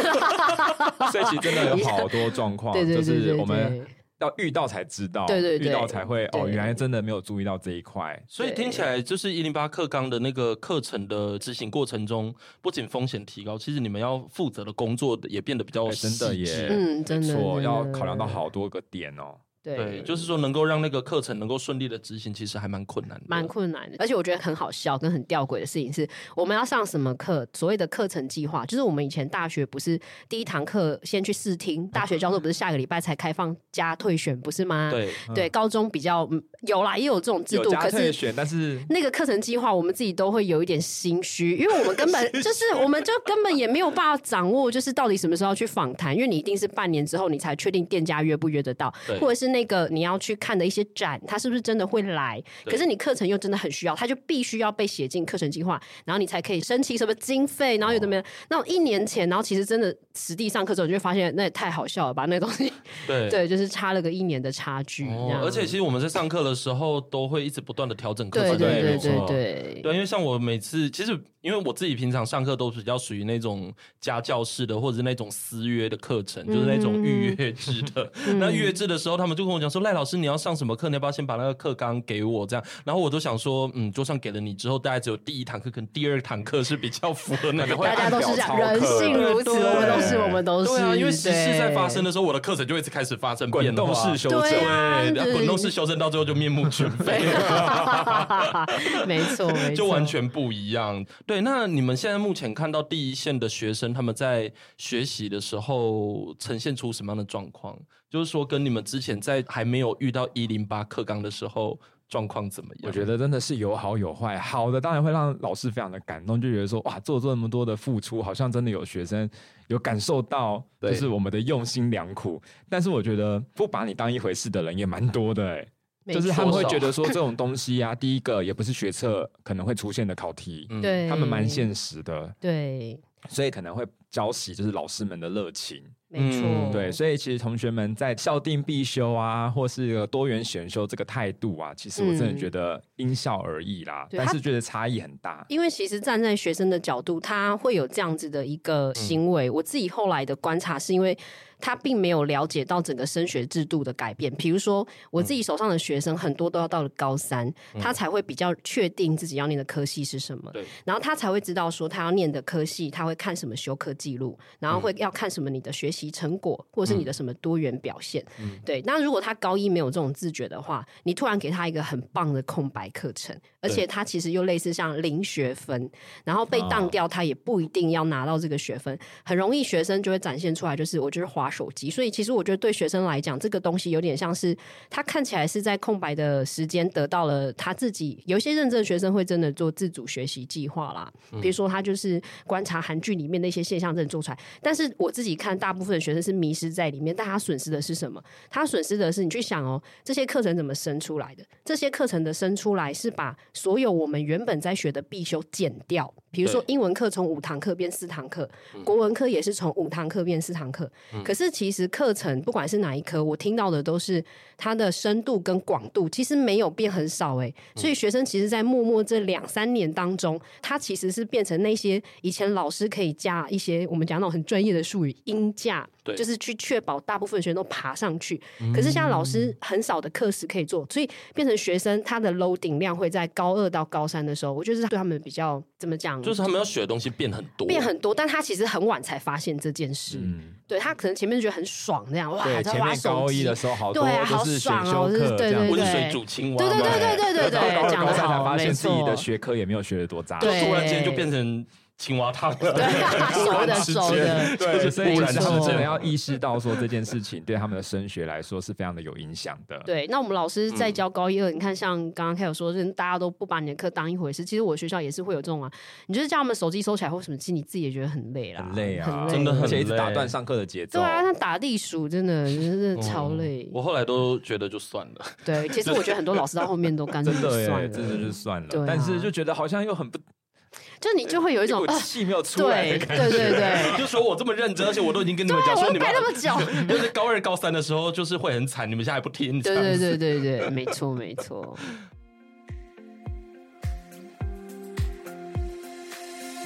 [SPEAKER 3] 所以其实真的有好多状 况，
[SPEAKER 2] 对对
[SPEAKER 3] 就
[SPEAKER 2] 对对
[SPEAKER 3] 是我们
[SPEAKER 2] 对。
[SPEAKER 3] 要遇到才知道，
[SPEAKER 2] 对对对
[SPEAKER 3] 遇到才会哦，
[SPEAKER 2] 对
[SPEAKER 3] 原来真的没有注意到这一块。
[SPEAKER 1] 所以听起来就是一零八课纲的那个课程的执行过程中，不仅风险提高，其实你们要负责的工作也变得比较
[SPEAKER 3] 哎真的
[SPEAKER 1] 细
[SPEAKER 3] 耶
[SPEAKER 1] 致
[SPEAKER 2] 嗯，真的真
[SPEAKER 3] 错
[SPEAKER 2] 的
[SPEAKER 3] 要考量到好多个点哦。
[SPEAKER 1] 对，就是说能够让那个课程能够顺利的执行，其实还蛮困难的。
[SPEAKER 2] 蛮困难的，而且我觉得很好笑跟很吊诡的事情是，我们要上什么课，所谓的课程计划，就是我们以前大学不是第一堂课先去试听，大学教授不是下个礼拜才开放加退选，不是吗？
[SPEAKER 1] 对，
[SPEAKER 2] 对，高中比较嗯有啦，也有这种制
[SPEAKER 3] 有
[SPEAKER 2] 度，
[SPEAKER 3] 加
[SPEAKER 2] 可
[SPEAKER 3] 退
[SPEAKER 2] 是。
[SPEAKER 3] 选，但是
[SPEAKER 2] 那个课程计划，我们自己都会有一点心虚，因为我们根 本就是，我们就根本也没有办法掌握，就是到底什么时候要去访谈，因为你一定是半年之后你才确定店家约不约得到，
[SPEAKER 1] 对
[SPEAKER 2] 或者是那个你要去看的一些展，他是不是真的会来？
[SPEAKER 1] 对
[SPEAKER 2] 可是你课程又真的很需要，他就必须要被写进课程计划，然后你才可以申请什么经费，然后有的没
[SPEAKER 1] 哦
[SPEAKER 2] 有。那种一年前，然后其实真的实地上课之后，你就会发现那也太好笑了吧，那东西，
[SPEAKER 1] 对
[SPEAKER 2] 对，就是差了个一年的差距，这
[SPEAKER 1] 哦
[SPEAKER 2] 样，
[SPEAKER 1] 而且其实我们在上课的时候都会一直不断的调整课
[SPEAKER 2] 对
[SPEAKER 1] 程，
[SPEAKER 2] 对对对
[SPEAKER 3] 没错。
[SPEAKER 2] 对。
[SPEAKER 1] 对，因为像我每次，其实因为我自己平常上课都比较属于那种家教式的，或者是那种私约的课程，就是那种
[SPEAKER 2] 嗯
[SPEAKER 1] 预约制 的。那预约制的时候，他们就跟我讲说：“赖老师，你要上什么课？你要不要先把那个课纲给我？”这样，然后我都想说，嗯，桌上给了你之后，大概只有第一堂课跟第二堂课是比较符合那个
[SPEAKER 3] 会
[SPEAKER 2] 大家都是这样，人性如此，
[SPEAKER 1] 对对
[SPEAKER 2] 我们都是，我们都是。
[SPEAKER 1] 对啊，因为时事在发生
[SPEAKER 2] 对
[SPEAKER 1] 的时候，我的课程就一直开始发生变
[SPEAKER 3] 滚动
[SPEAKER 1] 化
[SPEAKER 3] 式修
[SPEAKER 2] 对
[SPEAKER 3] 正，
[SPEAKER 2] 啊，
[SPEAKER 1] 对，
[SPEAKER 2] 就是啊
[SPEAKER 1] 滚动式修正到最后就面目全非。
[SPEAKER 2] 没错，没错，
[SPEAKER 1] 就完全不一样。对，那你们现在目前看到第一线的学生，他们在学习的时候呈现出什么样的状况？就是说，跟你们之前在还没有遇到一零八课纲的时候，状况怎么样？
[SPEAKER 3] 我觉
[SPEAKER 1] 得
[SPEAKER 3] 得真的是有好有坏。好的当然会让老师非常的感动，就觉得说哇，做这么多的付出，好像真的有学生有感受到，
[SPEAKER 1] 对
[SPEAKER 3] 就是我们的用心良苦。但是我觉得不把你当一回事的人也蛮多的、 欸，
[SPEAKER 2] 没
[SPEAKER 3] 就是他
[SPEAKER 2] 错
[SPEAKER 3] 们会觉得说这种东西啊，第一个也不是学测可能会出现的考题，
[SPEAKER 1] 嗯
[SPEAKER 2] 对
[SPEAKER 3] 他们蛮现实的，
[SPEAKER 2] 对，
[SPEAKER 3] 所以可能会浇熄就是老师们的热情。
[SPEAKER 2] 没错、
[SPEAKER 1] 嗯
[SPEAKER 3] 对，所以其实同学们在校定必修啊，或是多元选修这个态度啊，其实我真的
[SPEAKER 2] 嗯
[SPEAKER 3] 觉得因校而异啦，
[SPEAKER 2] 对
[SPEAKER 3] 但
[SPEAKER 2] 他
[SPEAKER 3] 是觉得差异很大。
[SPEAKER 2] 因为其实站在学生的角度，他会有这样子的一个
[SPEAKER 1] 嗯
[SPEAKER 2] 行为。我自己后来的观察是因为他并没有了解到整个升学制度的改变。比如说，我自己
[SPEAKER 1] 嗯
[SPEAKER 2] 手上的学生很多都要到了高三，他才会比较确定自己要念的科系是什么。
[SPEAKER 1] 对，
[SPEAKER 2] 然后他才会知道说他要念的科系，他会看什么修课记录，然后会要看什么你的学习成果，或者是你的什么多元表现。对，那如果他高一没有这种自觉的话，你突然给他一个很棒的空白课程，而且他其实又类似像零学分，然后被当掉，他也不一定要拿到这个学分，很容易学生就会展现出来，就是我就是划手机。所以其实我觉得对学生来讲，这个东西有点像是他看起来是在空白的时间得到了他自己，有一些认证学生会真的做自主学习计划啦，比如说他就是观察韩剧里面的一些现象，真的做出来。但是我自己看，大部分的学生是迷失在里面，但他损失的是什么？他损失的是你去想哦，这些课程怎么生出来的？这些课程的生出来是把所有我们原本在学的必修减掉，比如说
[SPEAKER 1] 对
[SPEAKER 2] 英文课从五堂课变四堂课，国文课也是从五堂课变四堂课。可是其实课程不管是哪一科，我听到的都是它的深度跟广度其实没有变很少诶、所以学生其实，在默默这两三年当中，他其实是变成那些以前老师可以加一些我们讲那种很专业的术语音架，
[SPEAKER 1] 对
[SPEAKER 2] 就是去确保大部分学生都爬上去。可是现在老师很少的课时可以做，所以变成学生他的 loading 量会在高二到高三的时候，我觉得是对他们比较怎么讲，
[SPEAKER 1] 就是他们要学的东西变很多，
[SPEAKER 2] 变很多，但他其实很晚才发现这件事。
[SPEAKER 3] 嗯，
[SPEAKER 2] 对他可能前面觉得很爽，这样哇，还
[SPEAKER 3] 对，
[SPEAKER 2] 在
[SPEAKER 3] 前
[SPEAKER 2] 挖
[SPEAKER 3] 面
[SPEAKER 2] 手
[SPEAKER 3] 高一
[SPEAKER 2] 机
[SPEAKER 3] 的时候好多
[SPEAKER 2] 对啊
[SPEAKER 3] 都是选
[SPEAKER 2] 好爽
[SPEAKER 3] 修
[SPEAKER 2] 哦就是
[SPEAKER 3] 课
[SPEAKER 2] 对
[SPEAKER 3] 这样
[SPEAKER 1] 温
[SPEAKER 2] 对
[SPEAKER 1] 水煮青蛙，
[SPEAKER 2] 对对对对对对
[SPEAKER 3] 然后
[SPEAKER 2] 对，
[SPEAKER 3] 高
[SPEAKER 2] 讲的
[SPEAKER 3] 二高三才
[SPEAKER 2] 好，
[SPEAKER 3] 发
[SPEAKER 2] 没
[SPEAKER 3] 现自己
[SPEAKER 2] 错
[SPEAKER 3] 的学科也没有学的多渣，
[SPEAKER 2] 对
[SPEAKER 1] 就突然间就变成青蛙汤
[SPEAKER 2] 对
[SPEAKER 1] 了。
[SPEAKER 2] 熟的熟的，
[SPEAKER 3] 对，所以
[SPEAKER 2] 没
[SPEAKER 3] 他们
[SPEAKER 2] 错
[SPEAKER 3] 真的要意识到说这件事情 对他们的升学来说是非常的有影响的。
[SPEAKER 2] 对，那我们老师在
[SPEAKER 3] 嗯
[SPEAKER 2] 教高一、二，你看像刚刚开始说，就是大家都不把你的课当一回事。其实我学校也是会有这种啊，你就是叫他们手机收起来或什么，其实你自己也觉得很累啦，
[SPEAKER 3] 很累啊，
[SPEAKER 1] 真的很累
[SPEAKER 3] 而且一直打断上课的节奏。
[SPEAKER 2] 对啊，像打地鼠真的真的
[SPEAKER 3] 哦
[SPEAKER 2] 超累。
[SPEAKER 4] 我后来都觉得就算了，
[SPEAKER 2] 对，其实我觉得很多老师到后面都干脆
[SPEAKER 3] 真
[SPEAKER 2] 就
[SPEAKER 3] 的耶，
[SPEAKER 2] 算了，
[SPEAKER 3] 真的就算了。
[SPEAKER 2] 对啊
[SPEAKER 3] 但是就觉得好像又很不，
[SPEAKER 2] 就你就会有一种
[SPEAKER 3] 我
[SPEAKER 2] 啊，
[SPEAKER 3] 气没有出来
[SPEAKER 2] 对
[SPEAKER 3] 的感
[SPEAKER 2] 对对对，
[SPEAKER 1] 就说我这么认真，而且我都已经跟你们讲
[SPEAKER 2] 我
[SPEAKER 1] 说
[SPEAKER 2] 都
[SPEAKER 1] 你们
[SPEAKER 2] 背那么久，
[SPEAKER 1] 就是高二高三的时候就是会很惨，你们现在还不听？这
[SPEAKER 2] 对
[SPEAKER 1] 样
[SPEAKER 2] 对
[SPEAKER 1] 子
[SPEAKER 2] 对对对， 没错没错。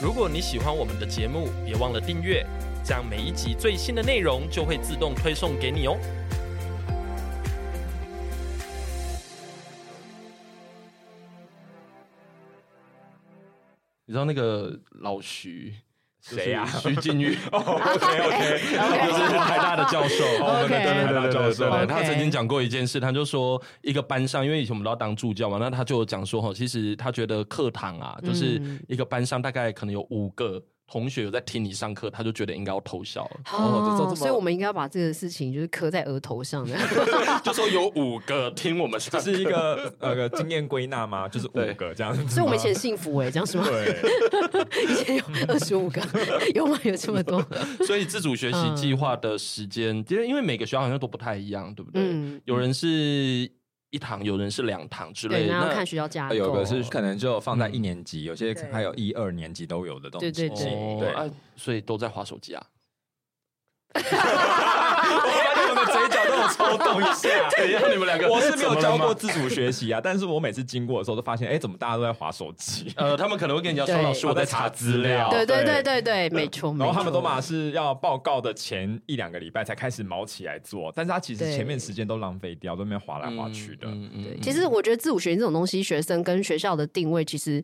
[SPEAKER 1] 如果你喜欢我们的节目，别忘了订阅，这样每一集最新的内容就会自动推送给你哦。
[SPEAKER 4] 你知道那个老徐
[SPEAKER 3] 谁呀
[SPEAKER 4] 就是徐静玉，
[SPEAKER 1] 就是 台大的教授，
[SPEAKER 2] 哦对对
[SPEAKER 3] 对对对对
[SPEAKER 2] 对
[SPEAKER 1] 他曾经讲过一件事，他就说一个班上，因为以前我们都要当助教嘛，那他就有讲说，哈，其实他觉得课堂啊，就是一个班上大概可能有五个同学有在听你上课，他就觉得应该要偷 笑了，
[SPEAKER 3] 哦这这这么
[SPEAKER 2] 所以我们应该要把这个事情就是刻在额头上的。
[SPEAKER 1] 就说有五个听我们上课，
[SPEAKER 3] 这
[SPEAKER 2] 嗯
[SPEAKER 3] 是一个呃个经验归纳吗？就是五个这样子吗。
[SPEAKER 2] 所以我们以前很幸福哎、这样是吗？
[SPEAKER 3] 对，
[SPEAKER 2] 以前有二十五个， 有吗？有这么多？
[SPEAKER 1] 所以自主学习计划的时间，因为因为每个学校好像都不太一样，对不对？
[SPEAKER 2] 嗯
[SPEAKER 1] 有人是一堂，有人是两堂之类
[SPEAKER 2] 对，
[SPEAKER 1] 的。
[SPEAKER 2] 那要看学校架构。
[SPEAKER 3] 有个是可能就放在一年级，有些
[SPEAKER 2] 对
[SPEAKER 3] 还有一二年级都有的东西。
[SPEAKER 2] 对对
[SPEAKER 1] 哦
[SPEAKER 2] 对
[SPEAKER 3] 对
[SPEAKER 1] 啊，所以都在划手机 啊。
[SPEAKER 3] 哦 我的嘴角都有抽动一 下。
[SPEAKER 1] 对，哎让你们 两个
[SPEAKER 3] 我是没有教过。自主学 习啊，但是我每次经过的时候都发现，哎，怎么大家都在划手机？
[SPEAKER 1] 呃，他们可能会跟你讲说，
[SPEAKER 2] 对
[SPEAKER 1] 老师
[SPEAKER 3] 我
[SPEAKER 1] 我哦在
[SPEAKER 3] 在
[SPEAKER 1] 查
[SPEAKER 3] 查
[SPEAKER 1] 资
[SPEAKER 3] 资
[SPEAKER 1] 料
[SPEAKER 3] 料。
[SPEAKER 2] 对对对
[SPEAKER 3] 对
[SPEAKER 2] 对对，没错。
[SPEAKER 3] 然后他们都
[SPEAKER 2] 没
[SPEAKER 3] 嘛是要报告的前一两个礼拜才开始毛起来做，但是他其实
[SPEAKER 2] 对
[SPEAKER 3] 前面时间都浪费掉，都没有划来划去的。
[SPEAKER 1] 嗯嗯
[SPEAKER 2] 错对
[SPEAKER 1] 嗯
[SPEAKER 2] 其实我觉得自主学习这种东西，学生跟学校的定位其实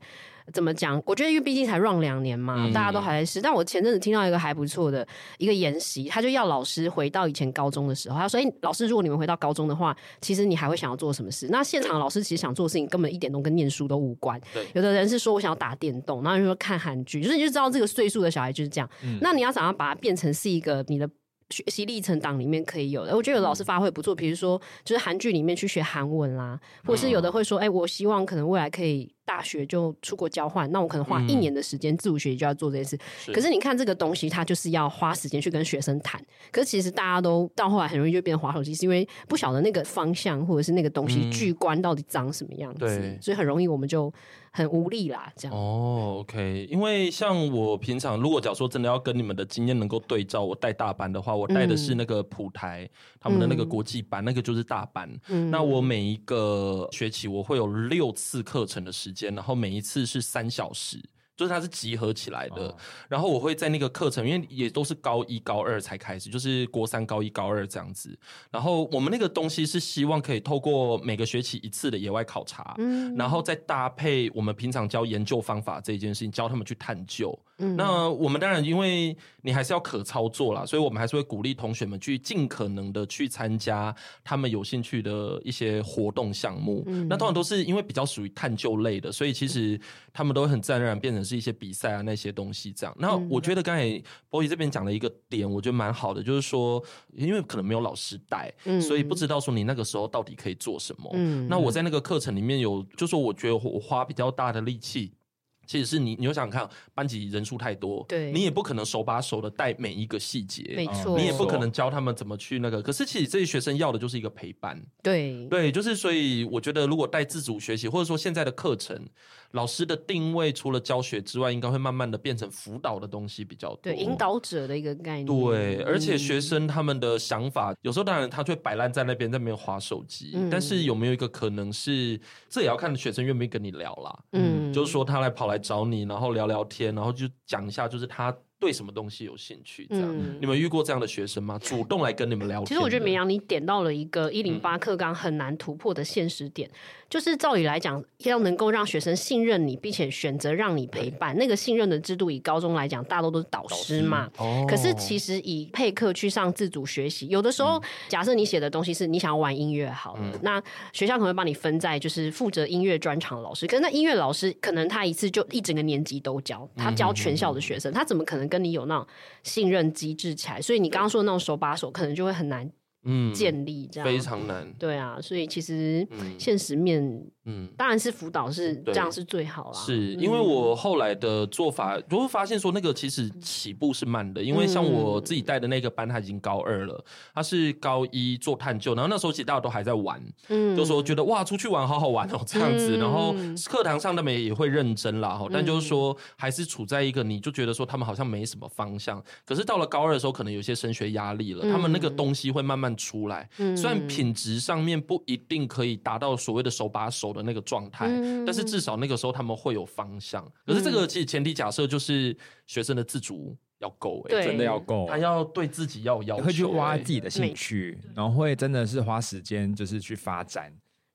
[SPEAKER 2] 怎么讲？我觉得因为毕竟才 run 两年嘛，
[SPEAKER 1] 嗯
[SPEAKER 2] 大家都还在试。但我前阵子听到一个还不错的一个研习，他就要老师回到以前高中的时候，他说：“哎、老师，如果你们回到高中的话，其实你还会想要做什么事？”那现场老师其实想做的事情根本一点都跟念书都无关。
[SPEAKER 1] 对
[SPEAKER 2] 有的人是说我想要打电动，然后就说看韩剧，就是你就知道这个岁数的小孩就是这样。
[SPEAKER 1] 嗯
[SPEAKER 2] 那你要怎样把它变成是一个你的？学习历程档里面可以有的，我觉
[SPEAKER 1] 嗯
[SPEAKER 2] 得有的老师发挥不错，比如说就是韩剧里面去学韩文啦，
[SPEAKER 1] 哦
[SPEAKER 2] 或是有的会说，哎、我希望可能未来可以大学就出国交换，那我可能花
[SPEAKER 1] 嗯
[SPEAKER 2] 一年的时间自主学习就要做这件事。可是你看这个东西，它就是要花时间去跟学生谈，可是其实大家都到后来很容易就变成滑手机，是因为不晓得那个方向或者是那个东西
[SPEAKER 1] 嗯
[SPEAKER 2] 巨观到底长什么样子，
[SPEAKER 1] 对
[SPEAKER 2] 所以很容易我们就很无力啦，这样。
[SPEAKER 1] 哦，OK，因为像我平常如果假如说真的要跟你们的经验能够对照，我带大班的话，我带的
[SPEAKER 2] 嗯
[SPEAKER 1] 是那个普台、他们的那个国际班，那个就是大班。
[SPEAKER 2] 嗯
[SPEAKER 1] 那我每一个学期我会有六次课程的时间，然后每一次是三小时。就是它是集合起来的，
[SPEAKER 3] 哦
[SPEAKER 1] 然后我会在那个课程，因为也都是高一、高二才开始，就是国三、高一、高二这样子。然后我们那个东西是希望可以透过每个学期一次的野外考察，
[SPEAKER 2] 嗯
[SPEAKER 1] 然后再搭配我们平常教研究方法这一件事情，教他们去探究。
[SPEAKER 2] 嗯
[SPEAKER 1] 那我们当然，因为你还是要可操作啦，所以我们还是会鼓励同学们去尽可能的去参加他们有兴趣的一些活动项目。
[SPEAKER 2] 嗯
[SPEAKER 1] 那通常都是因为比较属于探究类的，所以其实他们都会很自然而然变成是一些比赛啊那些东西这样。那
[SPEAKER 2] 嗯
[SPEAKER 1] 我觉得刚才 Boy 这边讲了一个点，我觉得蛮好的，就是说，因为可能没有老师带，
[SPEAKER 2] 嗯
[SPEAKER 1] 所以不知道说你那个时候到底可以做什么。
[SPEAKER 2] 嗯
[SPEAKER 1] 那我在那个课程里面有，就说我觉得我花比较大的力气。其实是你，你就想想看，班级人数太多，
[SPEAKER 2] 对
[SPEAKER 1] 你也不可能手把手的带每一个细节啊
[SPEAKER 2] 没，错，
[SPEAKER 1] 你也不可能教他们怎么去那个。可是其实这些学生要的就是一个陪伴，
[SPEAKER 2] 对
[SPEAKER 1] 对，就是所以我觉得，如果带自主学习，或者说现在的课程，老师的定位除了教学之外，应该会慢慢的变成辅导的东西比较多，
[SPEAKER 2] 对引导者的一个概念。
[SPEAKER 1] 对，而且
[SPEAKER 2] 嗯
[SPEAKER 1] 学生他们的想法，有时候当然他就会摆烂在那边，在那边划手机。
[SPEAKER 2] 嗯
[SPEAKER 1] 但是有没有一个可能是，这也要看学生愿不愿意跟你聊啦。
[SPEAKER 2] 嗯
[SPEAKER 1] 就是说他来跑来找你，然后聊聊天，然后就讲一下，就是他对什么东西有兴趣，这样、
[SPEAKER 2] 嗯
[SPEAKER 1] 你们遇过这样的学生吗？主动来跟你们聊天的？嗯
[SPEAKER 2] 其实我觉得绵阳你点到了一个一零八课纲很难突破的现实点，就是照理来讲，要能够让学生信任你，并且选择让你陪伴，那个信任的制度，以高中来讲，大多都是导师嘛。
[SPEAKER 1] 哦嗯
[SPEAKER 2] 可是其实以配课去上自主学习，有的时候假设你写的东西是你想要玩音乐好了，那学校可能会帮你分在就是负责音乐专场老师，可是那音乐老师可能他一次就一整个年级都教，他教全校的学
[SPEAKER 1] 嗯
[SPEAKER 2] 生，他怎么可能跟你有那种信任机制起来？所以你刚刚说的那种手把手，可能就会很难
[SPEAKER 1] 嗯
[SPEAKER 2] 建立这样。
[SPEAKER 1] 非常难，
[SPEAKER 2] 对啊，所以其实
[SPEAKER 1] 嗯
[SPEAKER 2] 现实面
[SPEAKER 1] 嗯。
[SPEAKER 2] 当然是辅导是这
[SPEAKER 1] 对
[SPEAKER 2] 样是最好啦。嗯
[SPEAKER 1] 是因为我后来的做法，我会发现说那个其实起步是慢的，因为
[SPEAKER 2] 嗯
[SPEAKER 1] 像我自己带的那个班，他已经高二了，他是高一做探究，然后那时候其实大家都还在玩，
[SPEAKER 2] 嗯
[SPEAKER 1] 就说觉得哇出去玩好好玩哦这样子，
[SPEAKER 2] 嗯
[SPEAKER 1] 然后课堂上他们也会认真啦哈，但就是说还是处在一个你就觉得说他们好像没什么方向，可是到了高二的时候，可能有些升学压力了，他们那
[SPEAKER 2] 嗯
[SPEAKER 1] 个东西会慢慢出来，虽然品质上面不一定可以达到所谓的手把手的那个状态，
[SPEAKER 2] 嗯
[SPEAKER 1] 但是至少那个时候他们会有方向。可是这个其实前提假设就是学生的自主要够、欸，
[SPEAKER 2] 对
[SPEAKER 3] 真的要够，
[SPEAKER 2] 哎
[SPEAKER 1] 他要对自己要有要求、
[SPEAKER 3] 哦会去挖
[SPEAKER 1] 欸
[SPEAKER 3] 自己的兴趣，然后会真的是花时间就是去发 展。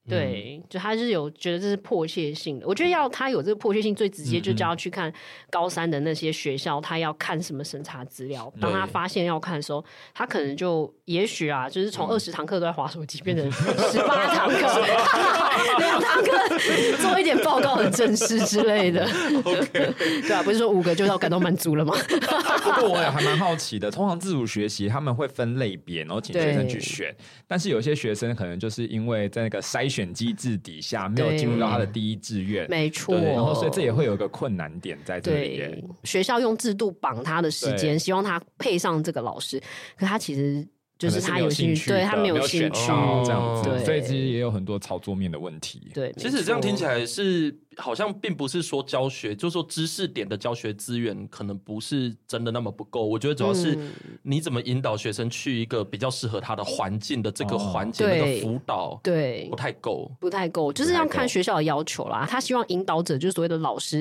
[SPEAKER 2] 对，就他是有觉得这是迫切性的。我觉得要他有这个迫切性，最直接
[SPEAKER 3] 嗯
[SPEAKER 2] 就叫他去看高三的那些学校，他要看什么审查资料。当他发现要看的时候，他可能就也许啊，就是从
[SPEAKER 3] 嗯
[SPEAKER 2] 二十堂课都在划手机，变成十八堂课， 两堂课做一点报告的正式之类 的。对啊，不是说五个就要感到满足了吗？
[SPEAKER 3] 不过我也还蛮好奇的，通常自主学习他们会分类别，然后请学生去选，但是有些学生可能就是因为在那个筛选机制底下没有进入到他的第一志愿，
[SPEAKER 2] 没错，
[SPEAKER 3] 对，然后所以这也会有一个困难点在这里
[SPEAKER 2] 对
[SPEAKER 3] 耶。，
[SPEAKER 2] 学校用制度绑他的时间，
[SPEAKER 3] 对
[SPEAKER 2] 希望他配上这个老师，可他其实就是他
[SPEAKER 3] 可能是没有
[SPEAKER 2] 兴
[SPEAKER 3] 兴
[SPEAKER 2] 趣，
[SPEAKER 3] 趣
[SPEAKER 2] 对
[SPEAKER 3] 的，
[SPEAKER 2] 他
[SPEAKER 3] 没
[SPEAKER 2] 有兴
[SPEAKER 3] 选哦
[SPEAKER 2] 趣，哦
[SPEAKER 3] 到这样
[SPEAKER 1] 对
[SPEAKER 3] 子，所以其实也有很多操作面的问题。
[SPEAKER 2] 对，
[SPEAKER 1] 其实这样听起
[SPEAKER 2] 来，
[SPEAKER 1] 来是好像并不是说教学，就是说知识点的教学资源可能不是真的那么不够。我觉得主要是
[SPEAKER 2] 嗯
[SPEAKER 1] 你怎么引导学生去一个比较适合他的环境的这个
[SPEAKER 3] 哦
[SPEAKER 1] 环节，
[SPEAKER 2] 对
[SPEAKER 1] 那个辅导
[SPEAKER 2] 对
[SPEAKER 1] 不。太够。
[SPEAKER 2] 不太够，就是要看学校的要求啦。他希望引导者就是所谓的老师，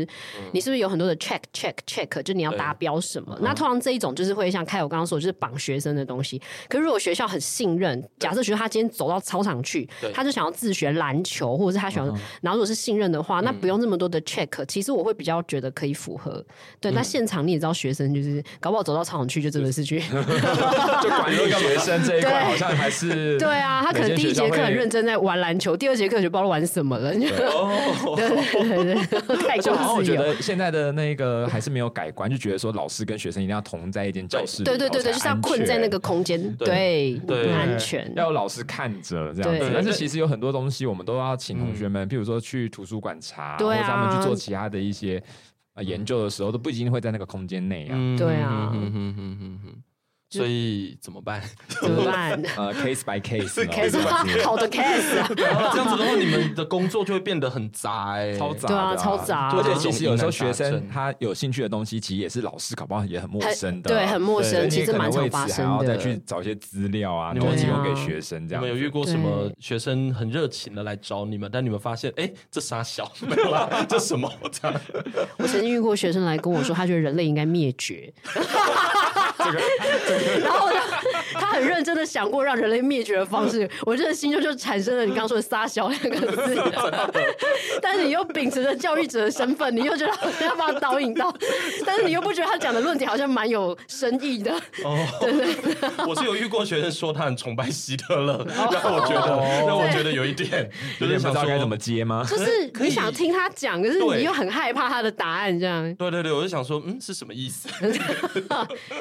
[SPEAKER 2] 你是不是有很多的 check check check，就你要达标什么？那通常这一种就是会像开我刚刚说，就是绑学生的东西。可是如果学校很信任，假设学校他今天走到操场去
[SPEAKER 1] 对，
[SPEAKER 2] 他就想要自学篮球，或者是他喜欢，然后如果是信任的话，那不用这么多的 check，其实我会比较觉得可以符合。对，那现场你也知道，学生就是搞不好走到操场去就真的是去，
[SPEAKER 3] 就管理学生这一
[SPEAKER 2] 对
[SPEAKER 3] 块好像还 是
[SPEAKER 2] 对啊，他可能第一节课很认真在玩篮球，第二节课就不知道玩什么了。 对对对对，太
[SPEAKER 3] 就好像
[SPEAKER 2] 过
[SPEAKER 3] 哎我
[SPEAKER 2] 自
[SPEAKER 3] 觉
[SPEAKER 2] 由。
[SPEAKER 3] 得现在的那个还是没有改观，就觉得说老师跟学生一定要同在一间教室里头
[SPEAKER 2] 对
[SPEAKER 3] 才安
[SPEAKER 2] 对
[SPEAKER 3] 全，
[SPEAKER 2] 对对，就是要困在那个空间，对，
[SPEAKER 1] 对
[SPEAKER 2] 安全。
[SPEAKER 3] 要有老师看着这样
[SPEAKER 2] 对嗯
[SPEAKER 3] 子。但是其实有很多东西我们都要请同学们，譬如说去图书馆查，
[SPEAKER 2] 对啊
[SPEAKER 3] 或者他们去做其他的一些呃研究的时候，都不一定会在那个空间内啊。
[SPEAKER 1] 嗯
[SPEAKER 2] 对啊
[SPEAKER 1] 嗯嗯嗯嗯嗯，所以怎么办？
[SPEAKER 2] 怎么办
[SPEAKER 3] 呃，case by case，然后
[SPEAKER 2] ？case
[SPEAKER 3] 这样子
[SPEAKER 2] 好的 case 啊，
[SPEAKER 1] 这样子的话，你们的工作就会变得很杂哎、
[SPEAKER 3] 超杂的，
[SPEAKER 2] 对啊超杂啊
[SPEAKER 3] 而且其实有时候学
[SPEAKER 1] 疑难杂
[SPEAKER 3] 生
[SPEAKER 1] 症
[SPEAKER 3] 他有兴趣的东西，其实也是老师搞不好也很陌生
[SPEAKER 2] 很
[SPEAKER 3] 的，
[SPEAKER 2] 对，很陌
[SPEAKER 3] 所
[SPEAKER 2] 生，
[SPEAKER 3] 以你
[SPEAKER 2] 其
[SPEAKER 3] 也
[SPEAKER 2] 实
[SPEAKER 3] 可能
[SPEAKER 2] 蛮常
[SPEAKER 3] 为
[SPEAKER 2] 发
[SPEAKER 3] 此还
[SPEAKER 2] 生
[SPEAKER 3] 要再去
[SPEAKER 2] 的。
[SPEAKER 3] 找一些资料啊，然
[SPEAKER 1] 对
[SPEAKER 3] 后
[SPEAKER 1] 啊
[SPEAKER 3] 提供给学生这
[SPEAKER 1] 你
[SPEAKER 3] 样
[SPEAKER 1] 们有
[SPEAKER 3] 子。
[SPEAKER 1] 遇过什么学生很热情的来找你们，但你们发现，哎、这傻小， 没有啦，这什么？这样
[SPEAKER 2] 我曾经遇过学生来跟我说，他觉得人类应该灭绝。然后呢，他很认真的想过让人类灭绝的方式，我这心中就产生了你刚刚说的“撒小”两个字。但是你又秉持着教育者的身份，你又觉得好像要把他导引到，但是你又不觉得他讲的论点好像蛮有深意的。
[SPEAKER 3] 哦
[SPEAKER 1] 我是有遇过学生说他很崇拜希特勒，让我觉
[SPEAKER 3] 哦
[SPEAKER 1] 得，让我觉得有一点，
[SPEAKER 3] 有
[SPEAKER 1] 有
[SPEAKER 3] 点
[SPEAKER 1] 点
[SPEAKER 3] 不
[SPEAKER 1] 想
[SPEAKER 3] 知道
[SPEAKER 1] 说
[SPEAKER 3] 该怎么。接吗？
[SPEAKER 2] 就是
[SPEAKER 1] 可以
[SPEAKER 2] 你想听他讲，可是你
[SPEAKER 1] 对
[SPEAKER 2] 又很害怕他的答案，这样
[SPEAKER 1] 对对对，我就想说，嗯，是什么意思？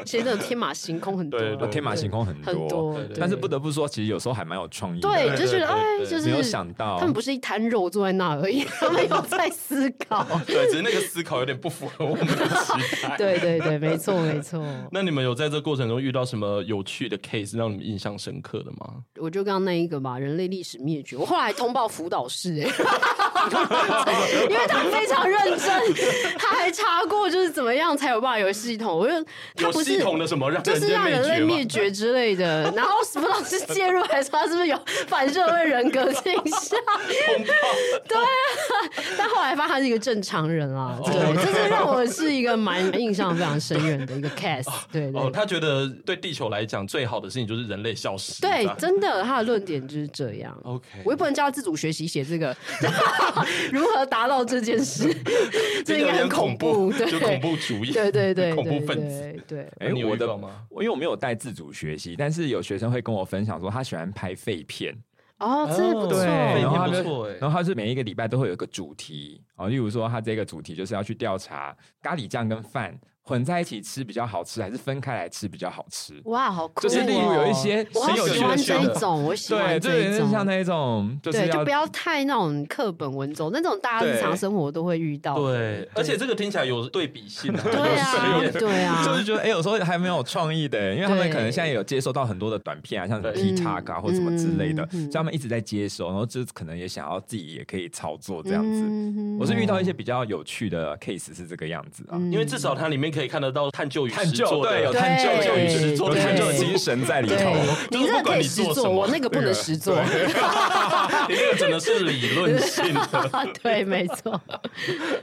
[SPEAKER 2] 其实这种天马行空很多。
[SPEAKER 1] 对对
[SPEAKER 3] 天马行空很
[SPEAKER 2] 很
[SPEAKER 3] 多，
[SPEAKER 2] 多，
[SPEAKER 3] 但是不得不说，其实有时候还蛮有创意的。
[SPEAKER 2] 对，
[SPEAKER 1] 对
[SPEAKER 2] 就觉得
[SPEAKER 1] 对
[SPEAKER 2] 哎，
[SPEAKER 1] 对
[SPEAKER 2] 就是
[SPEAKER 3] 没有想到
[SPEAKER 2] 他们不是一滩肉坐在那而 已，他们有在思考。
[SPEAKER 1] 对，只是那个思考有点不符合我们的期待。
[SPEAKER 2] 对对对，没错没错。
[SPEAKER 1] 那你们有在这过程中遇到什么有趣的 case 让你们印象深刻的吗？
[SPEAKER 2] 我就刚刚那一个吧，人类历史灭绝。我后来通报辅导室、哎， 因为他非常认真，他还查过就是怎么样才有办法有系统。我就他
[SPEAKER 4] 有
[SPEAKER 2] 不
[SPEAKER 4] 系
[SPEAKER 2] 是
[SPEAKER 4] 统的什 么让
[SPEAKER 2] 就是
[SPEAKER 4] 间
[SPEAKER 2] 让人类
[SPEAKER 4] 灭
[SPEAKER 2] 灭绝之类的，然后不知道是介入还是他是不是有反社会人格倾向？ 对啊，但后来发现他是一个正常人啦，对，这是让我是一个蛮印象非常深远的一个 case，对
[SPEAKER 4] 吗？哦，
[SPEAKER 2] 对。
[SPEAKER 4] 他觉得对地球来讲最好的事情就是人类消失。这
[SPEAKER 2] 对
[SPEAKER 4] 样，
[SPEAKER 2] 真的，他的论点就是这样。
[SPEAKER 4] OK
[SPEAKER 2] 我也不能叫他自主学习写这个， 如何达到这件事，这应该很恐怖，对，
[SPEAKER 4] 就恐怖主义，
[SPEAKER 2] 对 对对，
[SPEAKER 4] 恐怖分子。
[SPEAKER 2] 对，对，
[SPEAKER 3] 哎、
[SPEAKER 4] 你有
[SPEAKER 3] 我
[SPEAKER 4] 遇
[SPEAKER 3] 的
[SPEAKER 4] 到吗
[SPEAKER 3] 我因为我没有带自主学习，但是有学生会跟我分享说，他喜欢拍废片，
[SPEAKER 2] 哦，这不错，
[SPEAKER 3] 对，然后他
[SPEAKER 4] 废片
[SPEAKER 3] 就
[SPEAKER 4] 不错哎
[SPEAKER 3] 然后他是每一个礼拜都会有一个主题，哦，例如说他这个主题就是要去调查咖喱酱跟饭混在一起吃比较好吃，还是分开来吃比较好吃。
[SPEAKER 2] 哇，好酷、哦！
[SPEAKER 3] 就是例如有一些
[SPEAKER 2] 我好
[SPEAKER 3] 很有
[SPEAKER 2] 喜
[SPEAKER 3] 趣
[SPEAKER 2] 欢
[SPEAKER 3] 的
[SPEAKER 2] 这
[SPEAKER 3] 选
[SPEAKER 2] 一
[SPEAKER 3] 择
[SPEAKER 2] 种，我喜
[SPEAKER 3] 对，
[SPEAKER 2] 欢
[SPEAKER 3] 这
[SPEAKER 2] 一
[SPEAKER 3] 有
[SPEAKER 2] 种
[SPEAKER 3] 点。像那一种，就是
[SPEAKER 2] 对，
[SPEAKER 3] 要
[SPEAKER 2] 就不要太那种课本文绉，那种大家日常
[SPEAKER 3] 对
[SPEAKER 2] 生活都会遇到。
[SPEAKER 4] 对，而且这个听起来有对比性啊，
[SPEAKER 2] 对啊
[SPEAKER 4] 有谁，
[SPEAKER 2] 对
[SPEAKER 3] 就是
[SPEAKER 2] 啊，
[SPEAKER 3] 觉得哎、有时候还没有创意的，因为他们
[SPEAKER 2] 对
[SPEAKER 3] 可能现在有接收到很多的短片啊，像什么
[SPEAKER 4] 对
[SPEAKER 3] TikTok 啊、
[SPEAKER 2] 嗯
[SPEAKER 3] 或什么之类的，
[SPEAKER 2] 嗯嗯
[SPEAKER 3] 所以他们一直在接收，然后就是可能也想要自己也可以操作这样子。
[SPEAKER 2] 嗯
[SPEAKER 3] 我是遇到一些比较有趣的 case 是这个样子啊，
[SPEAKER 2] 嗯
[SPEAKER 4] 因为至少它里面可以看得到探究与
[SPEAKER 3] 探
[SPEAKER 4] 实
[SPEAKER 3] 究
[SPEAKER 4] 作的
[SPEAKER 3] 对有
[SPEAKER 2] 探究
[SPEAKER 4] 探究与
[SPEAKER 2] 对
[SPEAKER 4] 实作
[SPEAKER 3] 有
[SPEAKER 4] 的
[SPEAKER 2] 对
[SPEAKER 3] 探
[SPEAKER 4] 探究
[SPEAKER 3] 究
[SPEAKER 4] 与
[SPEAKER 3] 的
[SPEAKER 4] 实
[SPEAKER 3] 精神在里头。
[SPEAKER 2] 对，
[SPEAKER 4] 就
[SPEAKER 2] 你
[SPEAKER 4] 是
[SPEAKER 2] 这个
[SPEAKER 4] 不
[SPEAKER 2] 可
[SPEAKER 4] 管
[SPEAKER 2] 以
[SPEAKER 4] 你
[SPEAKER 2] 实
[SPEAKER 4] 做什
[SPEAKER 2] 做，
[SPEAKER 4] 么
[SPEAKER 2] 我那个不能实做。
[SPEAKER 4] 你那个真的是理论性的。
[SPEAKER 2] 对，没错，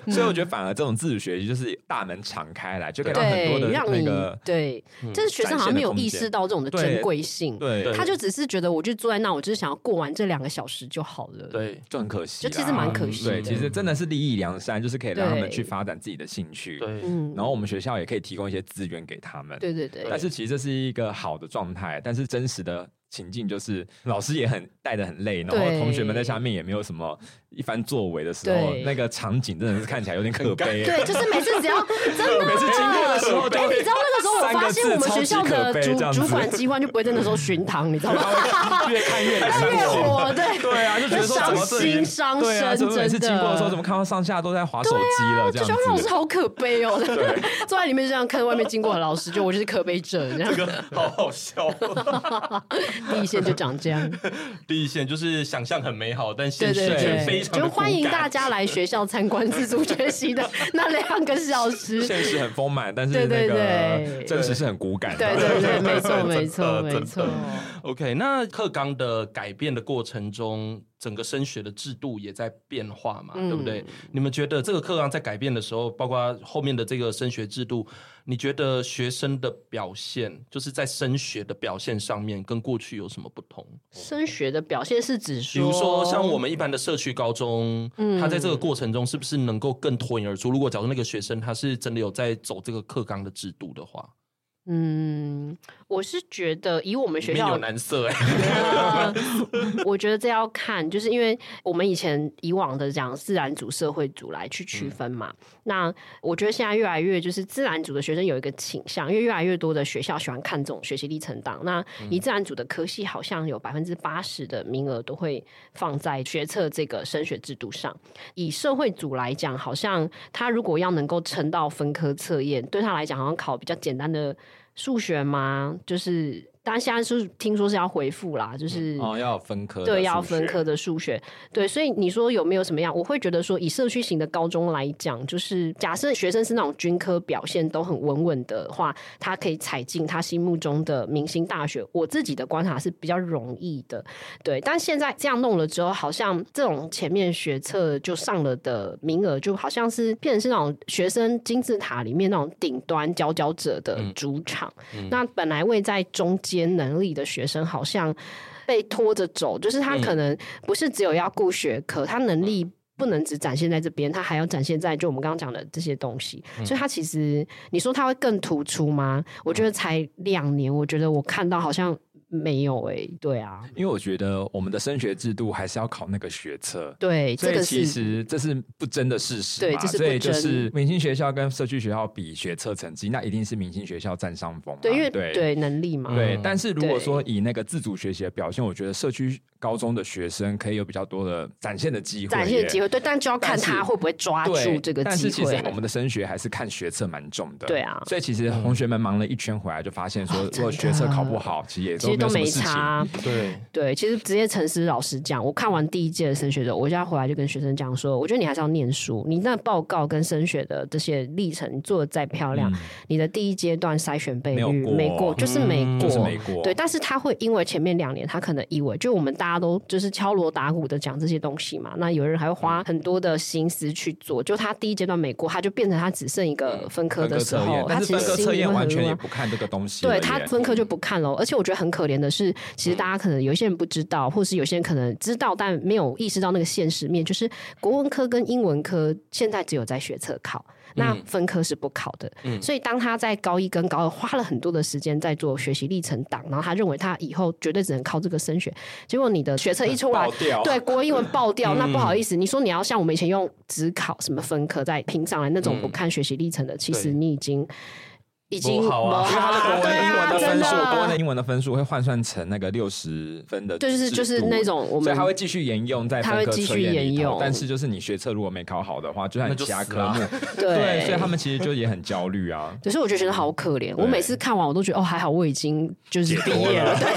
[SPEAKER 3] 所以我觉得反而这种自主学习就是大门敞开来，就可以 让很多
[SPEAKER 2] 对，
[SPEAKER 3] 的
[SPEAKER 2] 让
[SPEAKER 3] 那
[SPEAKER 2] 你
[SPEAKER 3] 个嗯
[SPEAKER 2] 对，就是学生好像没有
[SPEAKER 3] 展现的空间
[SPEAKER 2] 意识到这种的
[SPEAKER 3] 对
[SPEAKER 2] 珍贵性，
[SPEAKER 3] 对
[SPEAKER 4] 对
[SPEAKER 2] 他就只是觉得我就坐在那，我就是想要过完这两个小时就好了。
[SPEAKER 4] 对，
[SPEAKER 3] 就很可惜
[SPEAKER 2] 就
[SPEAKER 3] 啦，
[SPEAKER 2] 其实蛮可惜的
[SPEAKER 3] 对，其实真的是利益良善，就是可以让他
[SPEAKER 2] 对
[SPEAKER 3] 们去发展自己的兴趣。
[SPEAKER 4] 对，
[SPEAKER 2] 嗯，
[SPEAKER 3] 然后我们学校也可以提供一些资源给他们。
[SPEAKER 2] 对对对，
[SPEAKER 3] 但是其实这是一个好的状态，但是真实的情境就是老师也很带的很累，然后
[SPEAKER 2] 对
[SPEAKER 3] 同学们在下面也没有什么一番作为的时候
[SPEAKER 2] 对，
[SPEAKER 3] 那个场景真的是看起来有点可悲。
[SPEAKER 2] 对，就是每次只 要真的，
[SPEAKER 3] 每次经过的时候就
[SPEAKER 2] 哎，你知道那个时候，我
[SPEAKER 3] 三个
[SPEAKER 2] 发现
[SPEAKER 3] 字
[SPEAKER 2] 我们学校
[SPEAKER 3] 超级可
[SPEAKER 2] 的
[SPEAKER 3] 悲
[SPEAKER 2] 主
[SPEAKER 3] 这样子
[SPEAKER 2] 主管机关就不会在那时候巡堂，你知 道吗？
[SPEAKER 3] 越看越难
[SPEAKER 2] 他越
[SPEAKER 3] 过。
[SPEAKER 2] 火，对
[SPEAKER 3] 啊 对啊，就觉得说怎
[SPEAKER 2] 伤
[SPEAKER 3] 么这里
[SPEAKER 2] 心伤
[SPEAKER 3] 对啊，
[SPEAKER 2] 身，
[SPEAKER 3] 怎么每次
[SPEAKER 2] 真
[SPEAKER 3] 经过的时候，怎
[SPEAKER 2] 的。
[SPEAKER 3] 么看到上下都在划手机了？这
[SPEAKER 2] 就觉得
[SPEAKER 3] 样
[SPEAKER 2] 老师
[SPEAKER 3] 子，
[SPEAKER 2] 好可悲哦， 坐在里面就这样看外面经过的老师，就我就是可悲者，这样
[SPEAKER 4] 这个好好笑哦。
[SPEAKER 2] 第一线就长这样。
[SPEAKER 4] 第一线就是想象很美好，但现
[SPEAKER 2] 对
[SPEAKER 4] 实
[SPEAKER 2] 对
[SPEAKER 4] 却非
[SPEAKER 2] 对，
[SPEAKER 4] 常的
[SPEAKER 2] 就欢迎大
[SPEAKER 4] 家。
[SPEAKER 2] 家来学校参观自主学习的那两个小时。
[SPEAKER 3] 现实很丰满，但
[SPEAKER 2] 对
[SPEAKER 3] 是
[SPEAKER 2] 对
[SPEAKER 3] 那
[SPEAKER 2] 对
[SPEAKER 3] 个真实是很骨感的。
[SPEAKER 2] 对对对，没错
[SPEAKER 4] 真的
[SPEAKER 2] 没错
[SPEAKER 4] 真的
[SPEAKER 2] 没错。
[SPEAKER 4] OK，那课纲的改变的过程中，整个升学的制度也在变化嘛，
[SPEAKER 2] 嗯
[SPEAKER 4] 对不对？你们觉得这个课纲在改变的时候，包括后面的这个升学制度，你觉得学生的表现，就是在升学的表现上面，跟过去有什么不同？
[SPEAKER 2] 升学的表现是指
[SPEAKER 4] 比
[SPEAKER 2] 说，
[SPEAKER 4] 如说，像我们一般的社区高中，
[SPEAKER 2] 嗯
[SPEAKER 4] 他在这个过程中是不是能够更脱颖而出？如果假如那个学生他是真的有在走这个课纲的制度的话，
[SPEAKER 2] 嗯，我是觉得以我们
[SPEAKER 4] 里
[SPEAKER 2] 学
[SPEAKER 4] 面
[SPEAKER 2] 校
[SPEAKER 4] 有男色哎、
[SPEAKER 2] 呃，我觉得这要看，就是因为我们以前以往的讲自然组、社会组来去区分嘛。那我觉得现在越来越就是自然组的学生有一个倾向，因为越来越多的学校喜欢看这种学习历程档。那以自然组的科系，好像有百分之八十的名额都会放在学测这个升学制度上。以社会组来讲，好像他如果要能够撑到分科测验，对他来讲好像考比较简单的数学嘛，就是。当然，现在是听说是要回复啦，就是、
[SPEAKER 3] 哦，要有分科的
[SPEAKER 2] 对，要
[SPEAKER 3] 数学
[SPEAKER 2] 分科的数学，对，所以你说有没有什么样？我会觉得说，以社区型的高中来讲，就是假设学生是那种军科表现都很稳稳的话，他可以踩进他心目中的明星大学。我自己的观察是比较容易的，对。但现在这样弄了之后，好像这种前面学测就上了的名额，就好像是变成是那种学生金字塔里面那种顶端佼佼者的
[SPEAKER 3] 嗯
[SPEAKER 2] 主场。那本来位在中间能力的学生，好像被拖着走，就是他
[SPEAKER 3] 嗯
[SPEAKER 2] 可能不是只有要顾学科，他能力。不能只展现在这边，他还要展现在就我们刚刚讲的这些东西，
[SPEAKER 3] 嗯
[SPEAKER 2] 所以他其实你说他会更突出吗？我
[SPEAKER 3] 嗯
[SPEAKER 2] 觉得才两年，我觉得我看到好像没有诶、对啊，
[SPEAKER 3] 因为我觉得我们的升学制度还是要考那个学测。
[SPEAKER 2] 对，
[SPEAKER 3] 所
[SPEAKER 2] 这
[SPEAKER 3] 以
[SPEAKER 2] 个
[SPEAKER 3] 其
[SPEAKER 2] 是
[SPEAKER 3] 实这是不争的事实
[SPEAKER 2] 对
[SPEAKER 3] 嘛，
[SPEAKER 2] 这是不
[SPEAKER 3] 所以就
[SPEAKER 2] 争
[SPEAKER 3] 是明星学校跟社区学校比学测成绩，那一定是明星学校占上风嘛。
[SPEAKER 2] 对，因为
[SPEAKER 3] 啊对
[SPEAKER 2] 对能力嘛，
[SPEAKER 3] 对
[SPEAKER 4] 嗯
[SPEAKER 3] 但是如果说以那个自主学习的表现，我觉得社区高中的学生可以有比较多的展现的机会耶，
[SPEAKER 2] 展现机会，对，但就要看
[SPEAKER 3] 但是
[SPEAKER 2] 他会不会抓
[SPEAKER 3] 对
[SPEAKER 2] 住这个
[SPEAKER 3] 但
[SPEAKER 2] 机
[SPEAKER 3] 是其实
[SPEAKER 2] 会。
[SPEAKER 3] 我们的升学还是看学测蛮重的，
[SPEAKER 2] 对啊啊
[SPEAKER 3] 所以其实同学们忙了一真的一圈回来，就发现说，如
[SPEAKER 2] 真的
[SPEAKER 3] 果学测考不好，其实也
[SPEAKER 2] 其
[SPEAKER 3] 都
[SPEAKER 2] 实都
[SPEAKER 3] 没
[SPEAKER 2] 没
[SPEAKER 3] 有什么事情
[SPEAKER 2] 差。
[SPEAKER 1] 对，
[SPEAKER 2] 对，其实直接诚实老实讲，我看完第一届的升学的，我现在回来就跟学生讲说，我觉得你还是要念书，你那报告跟升学的这些历程你做的再漂亮，你的第一阶段筛选倍
[SPEAKER 3] 嗯没有
[SPEAKER 2] 率
[SPEAKER 3] 过
[SPEAKER 2] 没过，就是没
[SPEAKER 1] 嗯
[SPEAKER 2] 过，
[SPEAKER 3] 就是没过
[SPEAKER 2] 对，但是他会因为前面两年他可能以为，就我们大家都就是敲锣打鼓的讲这些东西嘛，那有人还会
[SPEAKER 3] 嗯
[SPEAKER 2] 花很多的心思去做，就他第一阶段没过，他就变成他只剩一个分科
[SPEAKER 3] 嗯分
[SPEAKER 2] 的
[SPEAKER 3] 科
[SPEAKER 2] 时
[SPEAKER 3] 测
[SPEAKER 2] 候
[SPEAKER 3] 验，，
[SPEAKER 2] 他
[SPEAKER 3] 但是
[SPEAKER 2] 其
[SPEAKER 3] 分
[SPEAKER 2] 实
[SPEAKER 3] 科
[SPEAKER 2] 心
[SPEAKER 3] 测
[SPEAKER 2] 里
[SPEAKER 3] 验
[SPEAKER 2] 会
[SPEAKER 3] 完
[SPEAKER 2] 很
[SPEAKER 3] 全也
[SPEAKER 2] 乱
[SPEAKER 3] 不看这个东西了
[SPEAKER 2] 对
[SPEAKER 3] 耶，
[SPEAKER 2] 他分科就不看喽，而且我觉得很可怜的是，其实大家可能有一些人不知道，或是有些人可能知道但没有意识到那个现实面，就是国文科跟英文科现在只有在学测考，那
[SPEAKER 3] 嗯
[SPEAKER 2] 分科是不考的。所以当他在高一跟高二花了很多的时间在做学习历程档，然后他认为他以后绝对只能靠这个升学，结果你的学测一出来
[SPEAKER 3] 爆，掉嗯
[SPEAKER 2] 对国英文爆掉，那不好意思，你说你要像我们以前用只考什么分科再评上来那种不看学习历程的，其实
[SPEAKER 1] 对
[SPEAKER 2] 你已经。已经
[SPEAKER 1] 不好啊
[SPEAKER 2] 不
[SPEAKER 3] 因为他的国
[SPEAKER 2] 对
[SPEAKER 3] 文、英文
[SPEAKER 2] 啊
[SPEAKER 3] 的分
[SPEAKER 2] 真
[SPEAKER 3] 数，
[SPEAKER 2] 的
[SPEAKER 3] 国文的英文的分数会换算成那个六十分的制度，
[SPEAKER 2] 就是就是那种我们
[SPEAKER 3] 所以他会继续沿用在
[SPEAKER 2] 他
[SPEAKER 3] 分
[SPEAKER 2] 会
[SPEAKER 3] 科
[SPEAKER 2] 继续
[SPEAKER 3] 测验里
[SPEAKER 2] 沿用
[SPEAKER 3] 头，但是就是你学测如果没考好的话，就像你
[SPEAKER 1] 那就
[SPEAKER 3] 其他
[SPEAKER 1] 死
[SPEAKER 3] 科目，
[SPEAKER 2] 对
[SPEAKER 3] 对，所以他们其实就也很焦虑啊。
[SPEAKER 2] 可是我就觉得好可怜，我每次看完我都觉得哦，还好我已经就是毕业了，对，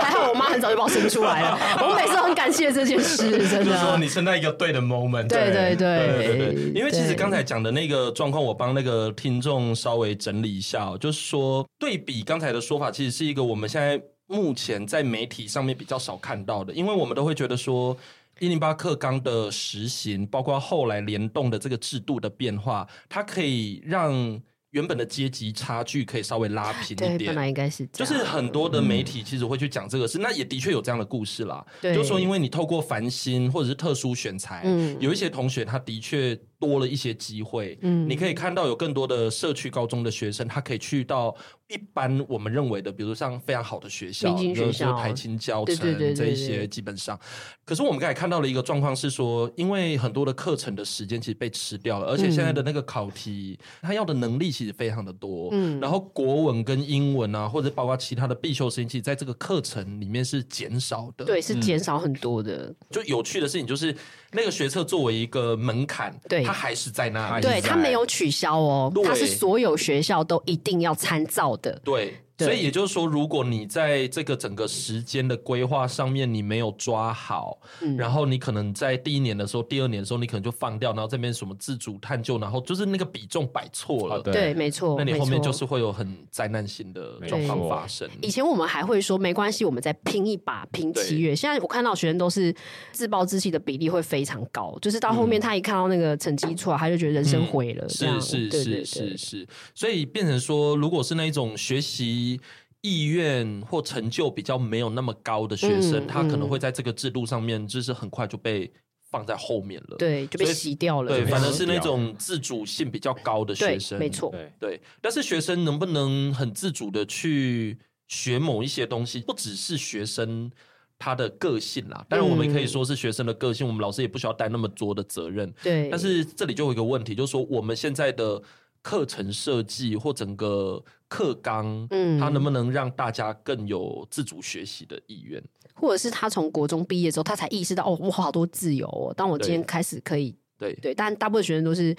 [SPEAKER 2] 还好我妈很早就把我生出 来了，我每次都很感谢这件事，真
[SPEAKER 1] 就是说
[SPEAKER 2] 的。
[SPEAKER 1] 你生在一个对的 moment。
[SPEAKER 2] 对对对
[SPEAKER 1] 对对对，因为其实
[SPEAKER 2] 对
[SPEAKER 1] 刚才讲的那个状况，我帮那个听众稍微整理一下、哦，就是说对比刚才的说法，其实是一个我们现在目前在媒体上面比较少看到的，因为我们都会觉得说。一零八课纲的实行，包括后来联动的这个制度的变化，它可以让原本的阶级差距可以稍微拉平一
[SPEAKER 2] 对，
[SPEAKER 1] 点
[SPEAKER 2] 本。来应该是这
[SPEAKER 1] 就
[SPEAKER 2] 样
[SPEAKER 1] 是很多的媒体其实会去讲这个事，那也的确有这样的故事啦。
[SPEAKER 2] 对
[SPEAKER 1] 就说因为你透过繁星或者是特殊选材，
[SPEAKER 2] 嗯
[SPEAKER 1] 有一些同学他的确多了一些机会，
[SPEAKER 2] 嗯
[SPEAKER 1] 你可以看到有更多的社区高中的学生，他可以去到一般我们认为的，比如像非常好的学校，
[SPEAKER 2] 明星
[SPEAKER 1] 比如
[SPEAKER 2] 学校
[SPEAKER 1] 说台青教
[SPEAKER 2] 对
[SPEAKER 1] 城
[SPEAKER 2] 对对对
[SPEAKER 1] 这一
[SPEAKER 2] 对
[SPEAKER 1] 些，基本上。可是我们刚才看到了一个状况是说，因为很多的课程的时间其实被吃掉了，而且现在的那个考题，他要的能力其实非常的多，
[SPEAKER 2] 嗯
[SPEAKER 1] 然后国文跟英文啊，或者包括其他的必修时间，其实在这个课程里面是减少的，
[SPEAKER 2] 对，是
[SPEAKER 3] 嗯
[SPEAKER 2] 减少很多的，
[SPEAKER 1] 就有趣的事情就是，那个学测作为一个门槛，
[SPEAKER 2] 对
[SPEAKER 1] 它还是在那
[SPEAKER 3] 它
[SPEAKER 1] 里。
[SPEAKER 2] 对
[SPEAKER 3] 在
[SPEAKER 2] 他没有取消哦，
[SPEAKER 1] 对
[SPEAKER 2] 他是所有学校都一定要参照的，
[SPEAKER 1] 对，
[SPEAKER 2] 对
[SPEAKER 1] 所以也就是说，如果你在这个整个时间的规划上面你没有抓好，
[SPEAKER 2] 嗯
[SPEAKER 1] 然后你可能在第一年的时候、第二年的时候，你可能就放掉，然后这边什么自主探究，然后就是那个比重摆错了，
[SPEAKER 3] 哦对
[SPEAKER 2] 对，没错，
[SPEAKER 1] 那你后
[SPEAKER 2] 没
[SPEAKER 1] 面
[SPEAKER 2] 错
[SPEAKER 1] 就是会有很灾难性的状况发生。
[SPEAKER 2] 以前我们还会说没关系，我们再拼一把，拼七月。现在我看到学生都是自暴自弃的比例会非常高，就是到后
[SPEAKER 1] 嗯
[SPEAKER 2] 面他一看到那个成绩出来，他就觉得人生毁了。这样
[SPEAKER 1] 是嗯是
[SPEAKER 2] 对对
[SPEAKER 1] 是
[SPEAKER 2] 对
[SPEAKER 1] 是是，所以变成说，如果是那一种学习意愿或成就比较没有那么高的学生，
[SPEAKER 2] 嗯
[SPEAKER 1] 他可能
[SPEAKER 2] 嗯
[SPEAKER 1] 会在这个制度上面，就是很快就被放在后面了。
[SPEAKER 2] 对，就被
[SPEAKER 1] 所以
[SPEAKER 2] 洗掉了。
[SPEAKER 1] 对，
[SPEAKER 2] 这样
[SPEAKER 1] 反正是那种自主性比较高的
[SPEAKER 2] 对
[SPEAKER 1] 学，生，
[SPEAKER 2] 没。错，
[SPEAKER 3] 对，
[SPEAKER 1] 对，但是学生能不能很自主的去学某一些东西，不只是学生他的个性啦，当然我
[SPEAKER 2] 嗯
[SPEAKER 1] 们可以说是学生的个性，我们老师也不需要担那么多的责任。
[SPEAKER 2] 对。
[SPEAKER 1] 但是这里就有一个问题，就是说我们现在的课程设计或整个课纲，
[SPEAKER 2] 嗯
[SPEAKER 1] 它能不能让大家更有自主学习的意愿？
[SPEAKER 2] 或者是他从国中毕业之后，他才意识到哦，我好多自由哦。当我今天
[SPEAKER 1] 对
[SPEAKER 2] 开始可以
[SPEAKER 1] 对，
[SPEAKER 2] 对，但大部分学生都是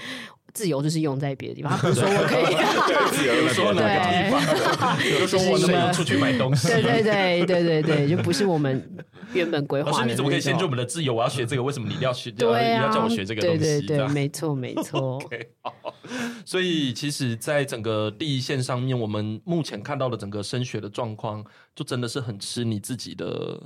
[SPEAKER 2] 自由，就是用在别的地方，他不是说我 可以
[SPEAKER 3] 自由
[SPEAKER 1] 比如说哪个
[SPEAKER 2] 对
[SPEAKER 1] 地方，比如说我能不能出去买东 西？
[SPEAKER 2] 对对对对对对，就不是我们原本规划
[SPEAKER 1] 老
[SPEAKER 2] 的那
[SPEAKER 1] 师，你
[SPEAKER 2] 种。
[SPEAKER 1] 怎么可以限制我们的自由？我要学这个，为什么你一定要学？
[SPEAKER 2] 对
[SPEAKER 1] 你
[SPEAKER 2] 啊，
[SPEAKER 1] 要叫我学这个东西？嗯
[SPEAKER 2] 对
[SPEAKER 1] 这
[SPEAKER 2] 对对，
[SPEAKER 1] 样
[SPEAKER 2] 没错没错。
[SPEAKER 1] 所以，其实，在整个第一线上面，我们目前看到的整个升学的状况，就真的是很吃你自己的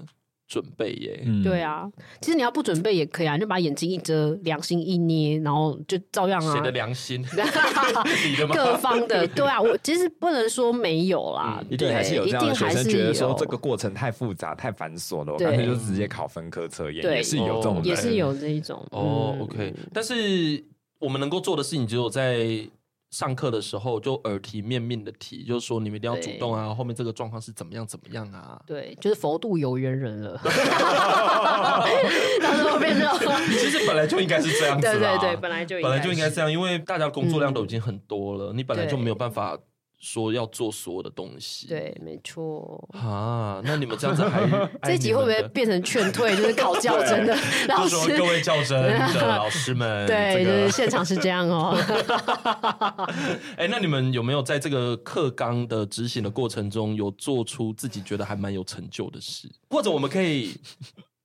[SPEAKER 1] 准备耶。
[SPEAKER 3] 嗯
[SPEAKER 2] 对，啊，其实你要不准备也可以啊，你就把眼睛一遮，良心一捏，然后就照样
[SPEAKER 1] 谁
[SPEAKER 2] 啊
[SPEAKER 1] 的。 良心？你的吗？嗯
[SPEAKER 2] 各方的，对啊，我其实不能说没有啦，
[SPEAKER 3] 一定还是有
[SPEAKER 2] 对
[SPEAKER 3] 这样的学
[SPEAKER 2] 一定还
[SPEAKER 3] 生
[SPEAKER 2] 是
[SPEAKER 3] 觉得说
[SPEAKER 2] 有
[SPEAKER 3] 这个过程太复杂、太繁琐了，我
[SPEAKER 2] 对
[SPEAKER 3] 干脆就直接考分科测验，
[SPEAKER 2] 对
[SPEAKER 3] 也是有这种
[SPEAKER 2] 也
[SPEAKER 3] 人。
[SPEAKER 2] 是有这一种
[SPEAKER 1] 哦
[SPEAKER 2] 嗯
[SPEAKER 1] ，OK，但是我们能够做的事情，只有在上课的时候就耳提面命的提，就是说你们一定要主动啊，后面这个状况是怎么样怎么样啊。
[SPEAKER 2] 对，就是佛度有缘人了，到时候变 成
[SPEAKER 1] 其实本来就应该是这样子啦，
[SPEAKER 2] 对对对，本来就
[SPEAKER 1] 啊本来就应该嗯
[SPEAKER 2] 是
[SPEAKER 1] 这样，因为大家工作量都已经很多了，你本来就没有办法说要做所有的东西。
[SPEAKER 2] 对，没错。
[SPEAKER 1] 啊，那你们这样子 还
[SPEAKER 2] 这一集会不会变成劝退？就是考教真的老
[SPEAKER 1] 就
[SPEAKER 2] 师
[SPEAKER 1] 说，各位较真的老师 们，这
[SPEAKER 2] 对，就是
[SPEAKER 1] 个
[SPEAKER 2] 现场是这样哦。
[SPEAKER 1] 哎、那你们有没有在这个课纲的执行的过程中，有做出自己觉得还蛮有成就的事？或者我们可以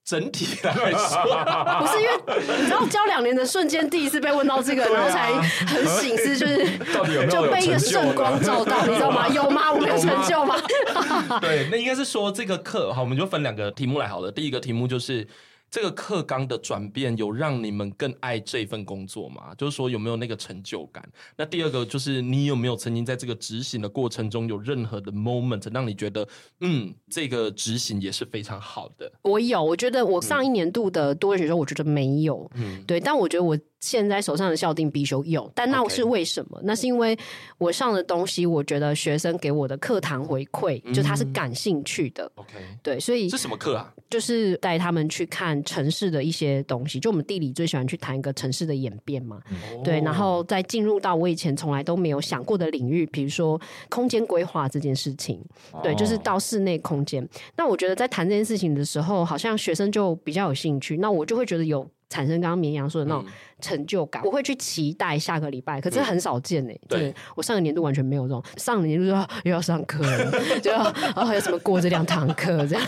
[SPEAKER 1] 整体来 说，
[SPEAKER 2] 不是因为你知道教两年的瞬间，第一次被问到这个，然后才很醒思，就是
[SPEAKER 3] 到底有没有
[SPEAKER 2] 就被一个
[SPEAKER 3] 有成就
[SPEAKER 2] 圣光
[SPEAKER 3] 呢
[SPEAKER 2] 照到，你知道吗？有吗？我没有成就吗？
[SPEAKER 1] 对，那应该是说这个课好，我们就分两个题目来好了。第一个题目就是。这个课纲的转变有让你们更爱这份工作吗？就是说有没有那个成就感？那第二个就是你有没有曾经在这个执行的过程中有任何的 moment 让你觉得，嗯，这个执行也是非常好的？
[SPEAKER 2] 我有，我觉得我上一年度的多元选修，我觉得没有，
[SPEAKER 1] 嗯
[SPEAKER 2] 对，但我觉得我现在手上的校定必修有，但那
[SPEAKER 1] OK
[SPEAKER 2] 是为什么那是因为我上的东西，我觉得学生给我的课堂回馈，就他是
[SPEAKER 1] 嗯
[SPEAKER 2] 感兴趣的，
[SPEAKER 1] ，OK，
[SPEAKER 2] 对，所以
[SPEAKER 1] 这什么课啊？
[SPEAKER 2] 就是带他们去看城市的一些东西，就我们地理最喜欢去谈一个城市的演变嘛，
[SPEAKER 1] 哦
[SPEAKER 2] 对，然后再进入到我以前从来都没有想过的领域，比如说空间规划这件事情，
[SPEAKER 3] 哦
[SPEAKER 2] 对，就是到室内空间。那我觉得在谈这件事情的时候，好像学生就比较有兴趣，那我就会觉得有产生刚刚绵羊说的那种
[SPEAKER 1] 嗯
[SPEAKER 2] 成就感，我会去期待下个礼拜，可
[SPEAKER 3] 嗯
[SPEAKER 2] 是很少见呢、
[SPEAKER 1] 对
[SPEAKER 2] 真的，我上个年度完全没有这种，上个年度就啊又要上课了， 就要哦有什么过这两堂课 这样，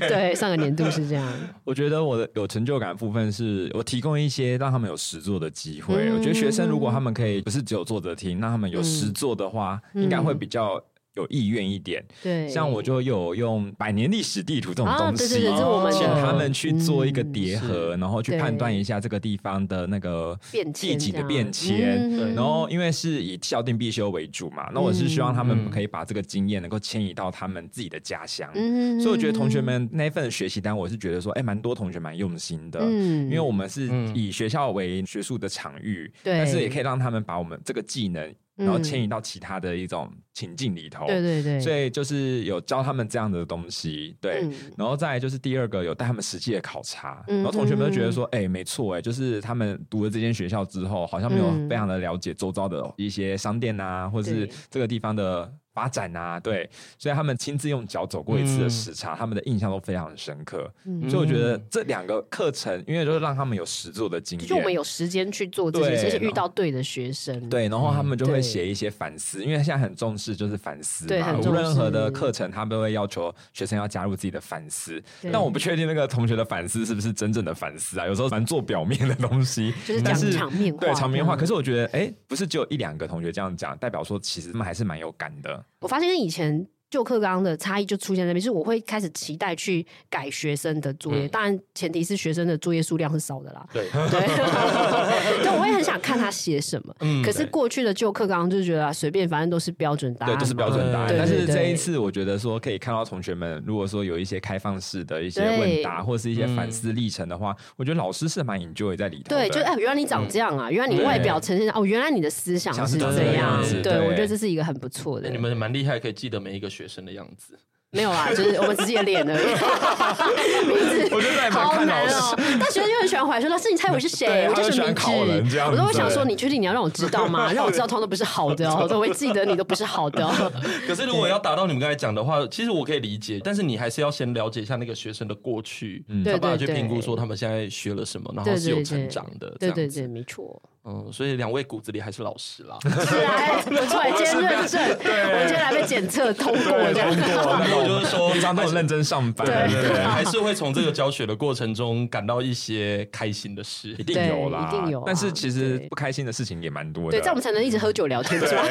[SPEAKER 2] 对，上个年度是这样，
[SPEAKER 3] 我觉得我的有成就感的部分是我提供一些让他们有实做的机会。
[SPEAKER 2] 嗯
[SPEAKER 3] 我觉得学生如果他们可以不是只有坐着听，让他们有实做的话，
[SPEAKER 2] 嗯
[SPEAKER 3] 应该会比较有意愿一点。
[SPEAKER 2] 对，
[SPEAKER 3] 像我就有用百年历史地图这种
[SPEAKER 2] 啊
[SPEAKER 3] 东西，
[SPEAKER 2] 对对对这我们
[SPEAKER 3] 请
[SPEAKER 1] 有
[SPEAKER 3] 他们去做一个叠合，
[SPEAKER 1] 嗯
[SPEAKER 3] 然后去判断一下这个地方的那个
[SPEAKER 2] 变迁
[SPEAKER 3] 地
[SPEAKER 2] 这
[SPEAKER 3] 景的
[SPEAKER 2] 样
[SPEAKER 3] 变迁。
[SPEAKER 2] 嗯
[SPEAKER 1] 对
[SPEAKER 3] 然后，因为是以校定必修为主嘛，那我是希望他
[SPEAKER 1] 嗯
[SPEAKER 3] 们可以把这个经验能够迁移到他们自己的家乡。
[SPEAKER 2] 嗯
[SPEAKER 3] 所以我觉得同学，们那一份学习单，我是觉得说，哎、蛮多同学蛮用心的。
[SPEAKER 2] 嗯嗯
[SPEAKER 3] 因为我们是
[SPEAKER 1] 嗯
[SPEAKER 3] 以学校为学术的场域，
[SPEAKER 2] 对
[SPEAKER 3] 但是也可以让他们把我们这个技能，然后
[SPEAKER 2] 嗯
[SPEAKER 3] 迁移到其他的一种情境里头。
[SPEAKER 2] 对对对，
[SPEAKER 3] 所以就是有教他们这样的东西，对。
[SPEAKER 2] 嗯
[SPEAKER 3] 然后再来就是第二个，有带他们实际的考察，
[SPEAKER 2] 嗯
[SPEAKER 3] 然后同学们就觉得说，哎、没错，哎，就是他们读了这间学校之后，好像没有
[SPEAKER 2] 嗯
[SPEAKER 3] 非常的了解周遭的一些商店啊，或者
[SPEAKER 2] 对
[SPEAKER 3] 是
[SPEAKER 2] 嗯
[SPEAKER 3] 这个地方的发展啊，对，所以他们亲自用脚走过一次的时差，他们的印象都非常深刻。
[SPEAKER 2] 嗯
[SPEAKER 3] 所以我觉得这两个课程，因为就是让他们有实作的经
[SPEAKER 2] 就
[SPEAKER 3] 验，
[SPEAKER 2] 是我们有时间去做这些事，
[SPEAKER 3] 对
[SPEAKER 2] 而
[SPEAKER 1] 啊
[SPEAKER 2] 且遇到对的学生，
[SPEAKER 3] 对，然后他们就
[SPEAKER 2] 对
[SPEAKER 3] 会写一些反思，因为现在很重视就是反思
[SPEAKER 2] 对
[SPEAKER 3] 嘛，
[SPEAKER 2] 很
[SPEAKER 3] 无
[SPEAKER 2] 重
[SPEAKER 3] 论何的
[SPEAKER 2] 视
[SPEAKER 3] 课程，他们都会要求学生要加入自己的反思。
[SPEAKER 2] 对
[SPEAKER 3] 但我不确定那个同学的反思是不是真正的反思啊，有时候蛮做表面的东西，
[SPEAKER 2] 就是
[SPEAKER 3] 但
[SPEAKER 2] 讲场面话，嗯
[SPEAKER 3] 对场面话。可
[SPEAKER 2] 是
[SPEAKER 3] 是我觉得，哎，不是只有一两个同学这样讲，代表说其实他们还是蛮有感的。
[SPEAKER 2] 我发现跟以前。旧课纲的差异就出现在那边，就是我会开始期待去改学生的作业，
[SPEAKER 1] 嗯
[SPEAKER 2] 当然前提是学生的作业数量是少 的啦。
[SPEAKER 1] 对，
[SPEAKER 2] 对，对， 我会很想看他写什么。
[SPEAKER 1] 嗯
[SPEAKER 2] 可是过去的旧课纲就觉得啊随、便，反正都是标准答案
[SPEAKER 3] 对，
[SPEAKER 2] 嘛，
[SPEAKER 3] 就是标准答案。
[SPEAKER 2] 对
[SPEAKER 3] 但
[SPEAKER 2] 啊对
[SPEAKER 3] 是
[SPEAKER 2] 对
[SPEAKER 3] 这一次，我觉得说可以看到同学们，如果说有一些开放式的一些
[SPEAKER 2] 对嗯
[SPEAKER 3] 问答，或是一些反思历程的话，我觉得老师是蛮 enjoy 在里头的。
[SPEAKER 2] 对，就哎、原来你
[SPEAKER 1] 嗯
[SPEAKER 2] 长这样啊，原来你外表呈现哦，原来你的思想
[SPEAKER 3] 想
[SPEAKER 2] 是
[SPEAKER 3] 是
[SPEAKER 1] 长这
[SPEAKER 2] 这
[SPEAKER 1] 个
[SPEAKER 2] 样
[SPEAKER 1] 样子，
[SPEAKER 2] 对
[SPEAKER 3] 对
[SPEAKER 2] 我觉得这是一个很不错的
[SPEAKER 1] 那。你们蛮厉害，可以记得每一个学生的样子。
[SPEAKER 2] 没有啦，就是我们只是脸而 已， 名字
[SPEAKER 3] 我觉得还蛮
[SPEAKER 2] 好
[SPEAKER 3] 看
[SPEAKER 2] 难
[SPEAKER 3] 老师
[SPEAKER 2] 哦。但学生就很喜欢怀说，老师你猜我是谁？
[SPEAKER 3] 对
[SPEAKER 2] 我叫
[SPEAKER 3] 他就
[SPEAKER 2] 什么
[SPEAKER 3] 喜欢考
[SPEAKER 2] 名
[SPEAKER 3] 人
[SPEAKER 2] 字
[SPEAKER 3] 这？样
[SPEAKER 2] 我都会
[SPEAKER 3] 子
[SPEAKER 2] 想说，你确定你要让我知道吗？让我知道，通常都不是好 的哦，我都会记得你都不是好的哦。
[SPEAKER 1] 可是如果要达到你们刚才讲的话，其实我可以理解，但是你还是要先了解一下那个学生的过去，
[SPEAKER 3] 嗯
[SPEAKER 1] 才
[SPEAKER 2] 对
[SPEAKER 1] 有办法
[SPEAKER 2] 对
[SPEAKER 1] 去
[SPEAKER 2] 对
[SPEAKER 1] 评估说他们现在学了什么，然
[SPEAKER 2] 对
[SPEAKER 1] 后是有
[SPEAKER 2] 对
[SPEAKER 1] 成
[SPEAKER 2] 对
[SPEAKER 1] 长的。
[SPEAKER 2] 对
[SPEAKER 1] 这
[SPEAKER 2] 对
[SPEAKER 1] 样子
[SPEAKER 2] 对，没 错。
[SPEAKER 1] 嗯，所以两位骨子里还是老师 啦。
[SPEAKER 2] 是啊，哎不错，今天认证，我今天来被检测通过这样。
[SPEAKER 1] 那我就是说，
[SPEAKER 3] 平常都很认真上班，
[SPEAKER 2] 对
[SPEAKER 1] 对对，还是会从这个教学的过程中感到一些开心的事
[SPEAKER 3] 一。定有啦，
[SPEAKER 2] 对一定有啊
[SPEAKER 3] 但是其实
[SPEAKER 2] 对
[SPEAKER 3] 不开心的事情也蛮多的，
[SPEAKER 2] 对，这样我们才能一直喝酒聊天，是吧？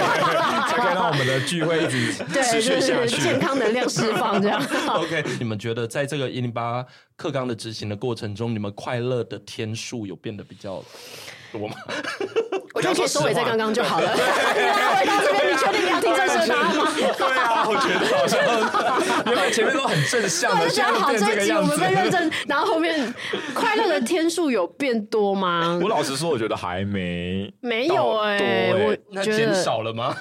[SPEAKER 3] 才可以让我们的聚会一 直持
[SPEAKER 2] 对，
[SPEAKER 3] 续下
[SPEAKER 2] 就是
[SPEAKER 3] 去。
[SPEAKER 2] 健康能量释放 这样。
[SPEAKER 1] OK，你们觉得在这个一零八课纲的执行的过程中，你们快乐的天数有变得比较多 吗？
[SPEAKER 2] 我觉得可以收尾在刚刚就好了。 那回到这边，你确定你要听正式答案吗？
[SPEAKER 3] 对啊，我觉得好像原本前面都很正向
[SPEAKER 2] 我
[SPEAKER 3] 的，
[SPEAKER 2] 就
[SPEAKER 3] 现
[SPEAKER 2] 觉得
[SPEAKER 3] 在
[SPEAKER 2] 好，
[SPEAKER 3] 变
[SPEAKER 2] 这
[SPEAKER 3] 个
[SPEAKER 2] 一集我
[SPEAKER 3] 样
[SPEAKER 2] 们
[SPEAKER 3] 子
[SPEAKER 2] 被。认 证，然后后面快乐的天数有变多吗
[SPEAKER 3] 我？老实说，我觉得还没
[SPEAKER 2] 没有哎、
[SPEAKER 3] 到多欸
[SPEAKER 2] 我
[SPEAKER 1] 那
[SPEAKER 2] 觉
[SPEAKER 1] 减
[SPEAKER 2] 得
[SPEAKER 1] 少了吗？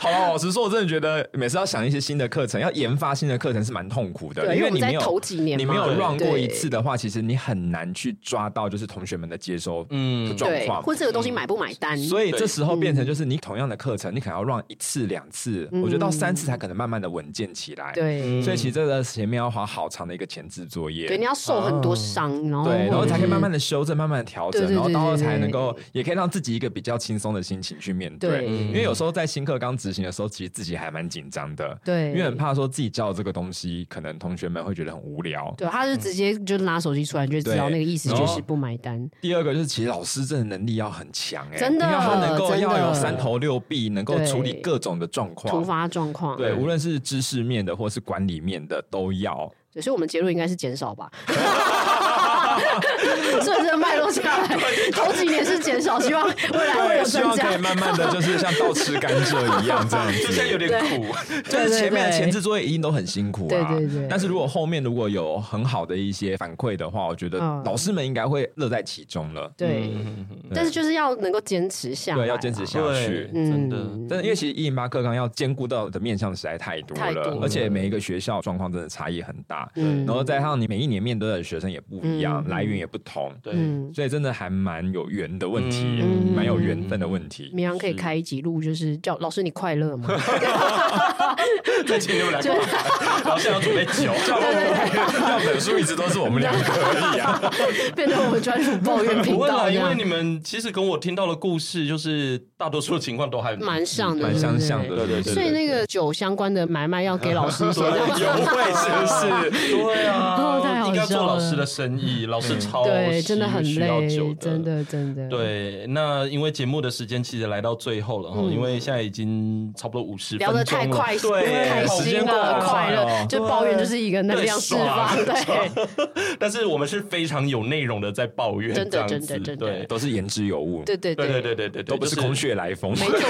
[SPEAKER 3] 好了，老实说，我真的觉得每次要想一些新的课程，要研发新的课程是蛮痛苦的，
[SPEAKER 2] 对
[SPEAKER 3] 因
[SPEAKER 2] 因为
[SPEAKER 3] 为
[SPEAKER 2] 我们
[SPEAKER 3] 你
[SPEAKER 2] 在
[SPEAKER 3] 没有
[SPEAKER 2] 头几年
[SPEAKER 3] 你
[SPEAKER 2] 嘛
[SPEAKER 3] 没有
[SPEAKER 1] 对
[SPEAKER 3] run 过
[SPEAKER 2] 对
[SPEAKER 3] 一次的话，其实你很难去抓到就是同学们的接收
[SPEAKER 1] 嗯
[SPEAKER 3] 状
[SPEAKER 2] 对，
[SPEAKER 3] 况。
[SPEAKER 2] 或这个东西买不买单？
[SPEAKER 3] 所以
[SPEAKER 1] 对
[SPEAKER 3] 这时候变成
[SPEAKER 2] 嗯
[SPEAKER 3] 就是你同样的课程，你可能要 run 一次两次，我觉得到三次才可能慢慢的稳健起来。，
[SPEAKER 2] 对
[SPEAKER 3] 所以其实这个前面要花好长的一个前置作业。
[SPEAKER 2] 对，你要受很多伤，然后
[SPEAKER 3] 嗯对，然后才可以慢
[SPEAKER 2] 慢。
[SPEAKER 3] 慢的修正，慢慢的调整
[SPEAKER 2] 对，对
[SPEAKER 3] 然后
[SPEAKER 2] 对
[SPEAKER 3] 到时候
[SPEAKER 2] 对
[SPEAKER 3] 才
[SPEAKER 2] 对
[SPEAKER 3] 能够，也可以让自己一个比较轻松的心情去面
[SPEAKER 2] 对
[SPEAKER 3] 对。因为有时候在新课刚执行的时候，其实自己还蛮紧张的，
[SPEAKER 2] 对
[SPEAKER 3] 因为很怕说自己教这个东西，可能同学们会觉得很无聊。
[SPEAKER 2] 对，他是直接就拿手机出来，你就知道
[SPEAKER 3] 嗯对
[SPEAKER 2] 那个意思
[SPEAKER 3] 然
[SPEAKER 2] 就
[SPEAKER 3] 后
[SPEAKER 2] 是不买单。
[SPEAKER 3] 第二个就是，其实老师真的能力要很强哎、欸，
[SPEAKER 2] 真的
[SPEAKER 3] 因为他能够
[SPEAKER 2] 真的
[SPEAKER 3] 要有三头六臂，能够处理
[SPEAKER 2] 对
[SPEAKER 3] 各种的状
[SPEAKER 2] 突
[SPEAKER 3] 况。
[SPEAKER 2] 发状况，
[SPEAKER 3] 对，无论是知识面的或是管理面的都要。
[SPEAKER 2] 对所以我们结论应该是减少 吧。顺着脉络下来，头几年是减少，希望未来会有
[SPEAKER 3] 希
[SPEAKER 2] 增
[SPEAKER 3] 望
[SPEAKER 2] 加
[SPEAKER 3] 可以。慢慢的，就是像倒吃甘蔗一样这样 子。
[SPEAKER 1] 现在有点苦，
[SPEAKER 3] 就是前面
[SPEAKER 2] 对
[SPEAKER 3] 的
[SPEAKER 2] 对
[SPEAKER 3] 前置作业一定都很辛苦啊，
[SPEAKER 2] 对对对
[SPEAKER 3] 但是如果后面如果有很好的一些反馈的话，我觉得
[SPEAKER 2] 嗯
[SPEAKER 3] 老师们应该会乐在其中了。
[SPEAKER 2] 对，
[SPEAKER 1] 嗯
[SPEAKER 2] 但是就是要能够坚持下来啦，
[SPEAKER 3] 对，要坚持下
[SPEAKER 1] 对
[SPEAKER 3] 去，。
[SPEAKER 2] 嗯
[SPEAKER 1] 真的。
[SPEAKER 3] 但是因为其实一零八课纲要兼顾到的面向实在太多
[SPEAKER 2] 太
[SPEAKER 3] 了，
[SPEAKER 2] 多了
[SPEAKER 3] 而且每一个学校状况真的差异很大。
[SPEAKER 2] 嗯
[SPEAKER 3] 然后再加上你每一年面对的学生也不一样，
[SPEAKER 2] 嗯
[SPEAKER 3] 来源也不同，
[SPEAKER 1] 对，
[SPEAKER 2] 嗯，
[SPEAKER 3] 所以真的还蛮有缘的问题，
[SPEAKER 2] 嗯
[SPEAKER 3] 蛮有缘分的问题。
[SPEAKER 2] 明阳可以开一集录，就是叫老师你快乐吗？
[SPEAKER 1] 再请你们来
[SPEAKER 2] 就
[SPEAKER 1] 然后现在要准备酒，
[SPEAKER 3] 那本书一直都是我们两个而已啊。
[SPEAKER 2] 变成我们专属抱怨频
[SPEAKER 1] 不会
[SPEAKER 2] 道
[SPEAKER 1] 啦，
[SPEAKER 2] 这
[SPEAKER 1] 因为
[SPEAKER 2] 样
[SPEAKER 1] 你，们其实跟我听到的故事，就是大多数的情况都还
[SPEAKER 2] 蛮像的，
[SPEAKER 3] 嗯蛮
[SPEAKER 2] 对不
[SPEAKER 3] 相
[SPEAKER 2] 对
[SPEAKER 3] 像的，对对对。
[SPEAKER 2] 所以那个酒相关的买卖要给老师写
[SPEAKER 1] 对
[SPEAKER 2] 上去。
[SPEAKER 1] 有会是不是？ 对
[SPEAKER 2] 哦太
[SPEAKER 1] 啊，
[SPEAKER 2] 好
[SPEAKER 1] 应该做
[SPEAKER 2] 笑
[SPEAKER 1] 老
[SPEAKER 2] 了
[SPEAKER 1] 师的生意，老师超
[SPEAKER 2] 对，真的
[SPEAKER 1] 需
[SPEAKER 2] 很
[SPEAKER 1] 需要酒
[SPEAKER 2] 累，真。的真的。，
[SPEAKER 1] 对，那因为节目的时间其实来到最后了哈，因为现在已经差不多五十分
[SPEAKER 2] 嗯聊
[SPEAKER 1] 钟了，
[SPEAKER 2] 得太快，
[SPEAKER 3] 对
[SPEAKER 2] 开
[SPEAKER 3] 时
[SPEAKER 2] 心
[SPEAKER 3] 间过得
[SPEAKER 2] 了，
[SPEAKER 3] 好
[SPEAKER 2] 快
[SPEAKER 3] 快
[SPEAKER 2] 乐，
[SPEAKER 3] 哦
[SPEAKER 2] 就抱怨就是一个能量释放，对，
[SPEAKER 1] 但是我们是非常有内容的在抱怨，
[SPEAKER 2] 真的
[SPEAKER 1] 这样子
[SPEAKER 2] 真的真的
[SPEAKER 1] 对
[SPEAKER 3] 都是言之有物，
[SPEAKER 2] 对对
[SPEAKER 1] 对对对
[SPEAKER 2] 对。
[SPEAKER 1] 对对，
[SPEAKER 3] 都不是
[SPEAKER 1] 就是
[SPEAKER 3] 空穴来风。
[SPEAKER 2] 没错，没错，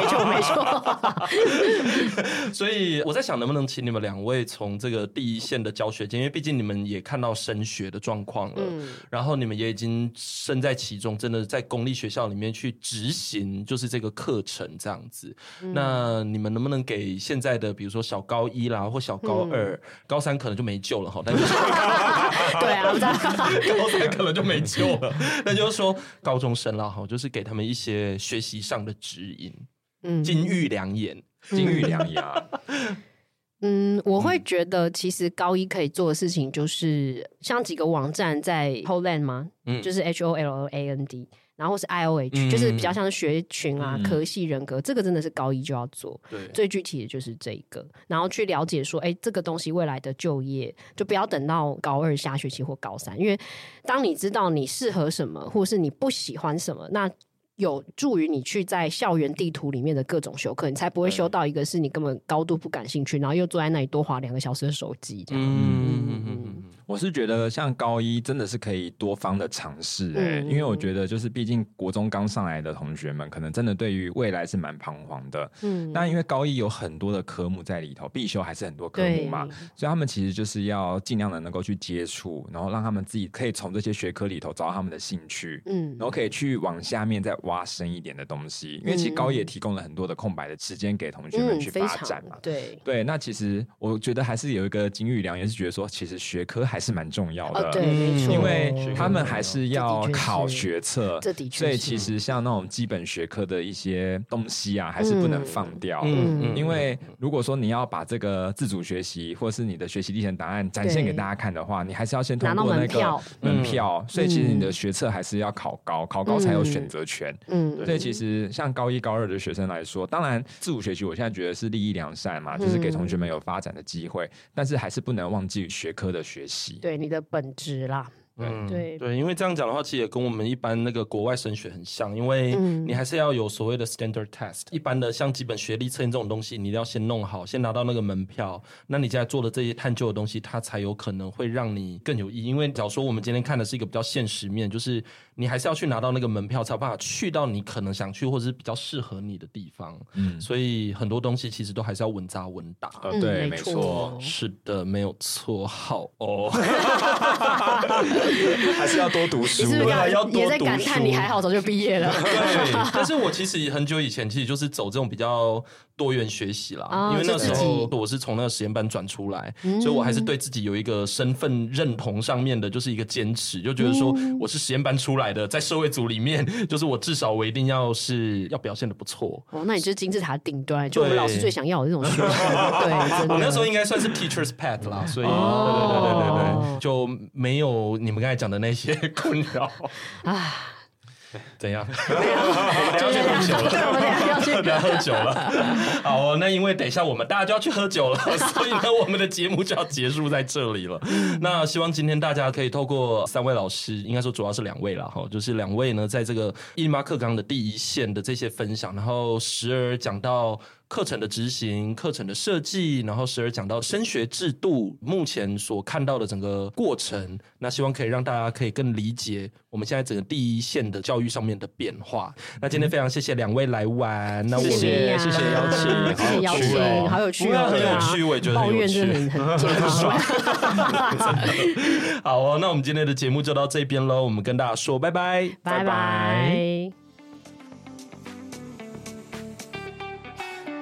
[SPEAKER 2] 没错，没 错。
[SPEAKER 1] 所以我在想，能不能请你们两位从这个第一线的教学经验，因为毕竟你们也看到升学的状况了，
[SPEAKER 2] 嗯
[SPEAKER 1] 然后你们也已经身在其中，真的在公立学校里面去执行，就是这个课程这样子。那你们能不能给现在的，比如说小高一啦，或小高二、高三可能就没救了哈，但就是
[SPEAKER 2] 对啊，这样
[SPEAKER 1] 高三可能就没救了，那就是说高中生啦哈，就是给他们一些学习上的指引，
[SPEAKER 2] 嗯
[SPEAKER 1] 金玉良言。
[SPEAKER 3] 金玉良言，
[SPEAKER 2] 嗯，我会觉得其实高一可以做的事情就是，像几个网站在 Holand 吗？
[SPEAKER 1] 嗯
[SPEAKER 2] 就是 H O L L A N D，然后或是 I O H，、
[SPEAKER 1] 嗯
[SPEAKER 2] 就是比较像是学群啊、
[SPEAKER 3] 嗯
[SPEAKER 2] 科系人格，这个真的是高一就要做。
[SPEAKER 1] 对
[SPEAKER 2] 最具体的就是这一个，然后去了解说，哎，这个东西未来的就业，就不要等到高二下学期或高三，因为当你知道你适合什么，或是你不喜欢什么，那有助于你去在校园地图里面的各种修课，你才不会
[SPEAKER 3] 嗯
[SPEAKER 2] 修到一个是你根本高度不感兴趣，然后又坐在那里多划两个小时的手机这样。
[SPEAKER 1] 嗯嗯嗯
[SPEAKER 3] 我是觉得像高一真的是可以多方的尝试哎，
[SPEAKER 2] 嗯
[SPEAKER 3] 因为我觉得就是毕竟国中刚上来的同学们，可能真的对于未来是蛮彷徨的。
[SPEAKER 2] 嗯，
[SPEAKER 3] 那因为高一有很多的科目在里头，必修还是很多科目
[SPEAKER 2] 对
[SPEAKER 3] 嘛，所以他们其实就是要尽量的能够去接触，然后让他们自己可以从这些学科里头找到他们的兴趣。
[SPEAKER 2] 嗯
[SPEAKER 3] 然后可以去往下面再挖深一点的东西，因为其实高一也提供了很多的空白的时间给同学们
[SPEAKER 2] 嗯，
[SPEAKER 3] 去
[SPEAKER 2] 非
[SPEAKER 3] 发
[SPEAKER 2] 常
[SPEAKER 3] 展嘛。
[SPEAKER 2] 对。
[SPEAKER 3] 对，那其实我觉得还是有一个金玉良言，是觉得说，其实学科还是蛮重要的，
[SPEAKER 2] 哦，对，没错，
[SPEAKER 3] 因为
[SPEAKER 1] 学科
[SPEAKER 3] 他们还是
[SPEAKER 2] 这
[SPEAKER 3] 要
[SPEAKER 2] 的确是
[SPEAKER 3] 考学测，
[SPEAKER 2] 这的确
[SPEAKER 3] 所以
[SPEAKER 2] 是
[SPEAKER 3] 其实像那种基本学科的一些东西啊，还是不能放掉。
[SPEAKER 1] 嗯
[SPEAKER 3] 因为如果说你要把这个自主学习，或是你的学习历程档案展现给
[SPEAKER 2] 对
[SPEAKER 3] 大家看的话，你还是要先通
[SPEAKER 2] 拿到
[SPEAKER 3] 过
[SPEAKER 2] 门
[SPEAKER 3] 那个
[SPEAKER 2] 票嗯
[SPEAKER 3] 门票，所以其实你的学测还是要考高，考高才有选择权。
[SPEAKER 2] 嗯，
[SPEAKER 3] 所以其实像高一高二的学生来说，当然自主学习，我现在觉得是利益良善
[SPEAKER 2] 嗯
[SPEAKER 3] 嘛，就是给同学们有发展的机会，但是还是不能忘记学科的学习。
[SPEAKER 2] 对你的本质啦，
[SPEAKER 1] 嗯
[SPEAKER 2] 对
[SPEAKER 1] 对，因为这样讲的话，其实也跟我们一般那个国外升学很像，因为
[SPEAKER 2] 嗯
[SPEAKER 1] 你还是要有所谓的 standard test，一般的像基本学历测验这种东西，你一定要先弄好，先拿到那个门票，那你现在做的这些探究的东西，它才有可能会让你更有意义。因为假如说我们今天看的是一个比较现实面，就是你还是要去拿到那个门票，才有办法去到你可能想去或者是比较适合你的地方。
[SPEAKER 3] 嗯，
[SPEAKER 1] 所以很多东西其实都还是要稳扎稳打。
[SPEAKER 3] 呃，
[SPEAKER 2] 嗯
[SPEAKER 3] 对，
[SPEAKER 1] 哦
[SPEAKER 2] 没
[SPEAKER 3] 没错
[SPEAKER 2] 错。
[SPEAKER 1] 是的，没有错，好哦。
[SPEAKER 3] 还是要多读书
[SPEAKER 2] 你是不是
[SPEAKER 3] 对啊
[SPEAKER 2] 刚
[SPEAKER 3] 要
[SPEAKER 2] 刚也
[SPEAKER 3] 多
[SPEAKER 2] 在
[SPEAKER 3] 读
[SPEAKER 2] 感叹
[SPEAKER 3] 书
[SPEAKER 2] 你还好早就毕业了？
[SPEAKER 1] 对，但是我其实很久以前其实就是走这种比较多元学习啦，
[SPEAKER 2] 哦
[SPEAKER 1] 因为那时
[SPEAKER 2] 就
[SPEAKER 1] 候
[SPEAKER 2] 自嗯
[SPEAKER 1] 我是从那个实验班转出来，所以我还是对自己有一个身份认同上面的，就是一个坚持，就觉得说
[SPEAKER 2] 嗯
[SPEAKER 1] 我是实验班出来的，在社会组里面， 就是我至少我一定要是要表现的不错。
[SPEAKER 2] 哦，那你就是金字塔顶端，就我们老师最想要的那种 学生。对，真的。
[SPEAKER 1] 我那时候应该算是 teacher's pet 啦，所以
[SPEAKER 2] 哦
[SPEAKER 1] 对对对对对对，就没有你们刚才讲的那些困扰。
[SPEAKER 2] 啊，
[SPEAKER 1] 怎样？我们要去喝酒了，
[SPEAKER 2] 对我们等一下要去
[SPEAKER 1] 我们要喝酒 了。好哦，那因为等一下我们大家就要去喝酒了，所以呢，我们的节目就要结束在这里了。
[SPEAKER 2] 嗯
[SPEAKER 1] 那希望今天大家可以透过三位老师，应该说主要是两位了哈，就是两位呢，在这个伊玛克纲的第一线的这些分享，然后时而讲到。课程的执行、课程的设计，然后时而讲到升学制度目前所看到的整个过程，那希望可以让大家可以更理解我们现在整个第一线的教育上面的变化。那今天非常谢谢两位来玩，那我们
[SPEAKER 2] 嗯谢谢你 啊
[SPEAKER 1] 谢谢邀请，
[SPEAKER 2] 谢谢邀
[SPEAKER 1] 好有趣哦不过很
[SPEAKER 2] 请，好有趣哦，对啊
[SPEAKER 1] 有趣，我也觉得
[SPEAKER 2] 抱
[SPEAKER 1] 很有
[SPEAKER 2] 怨真
[SPEAKER 1] 趣。
[SPEAKER 2] 的很很健康，
[SPEAKER 1] 好哦，那我们今天的节目就到这边喽，我们跟大家说拜拜，
[SPEAKER 2] 拜拜。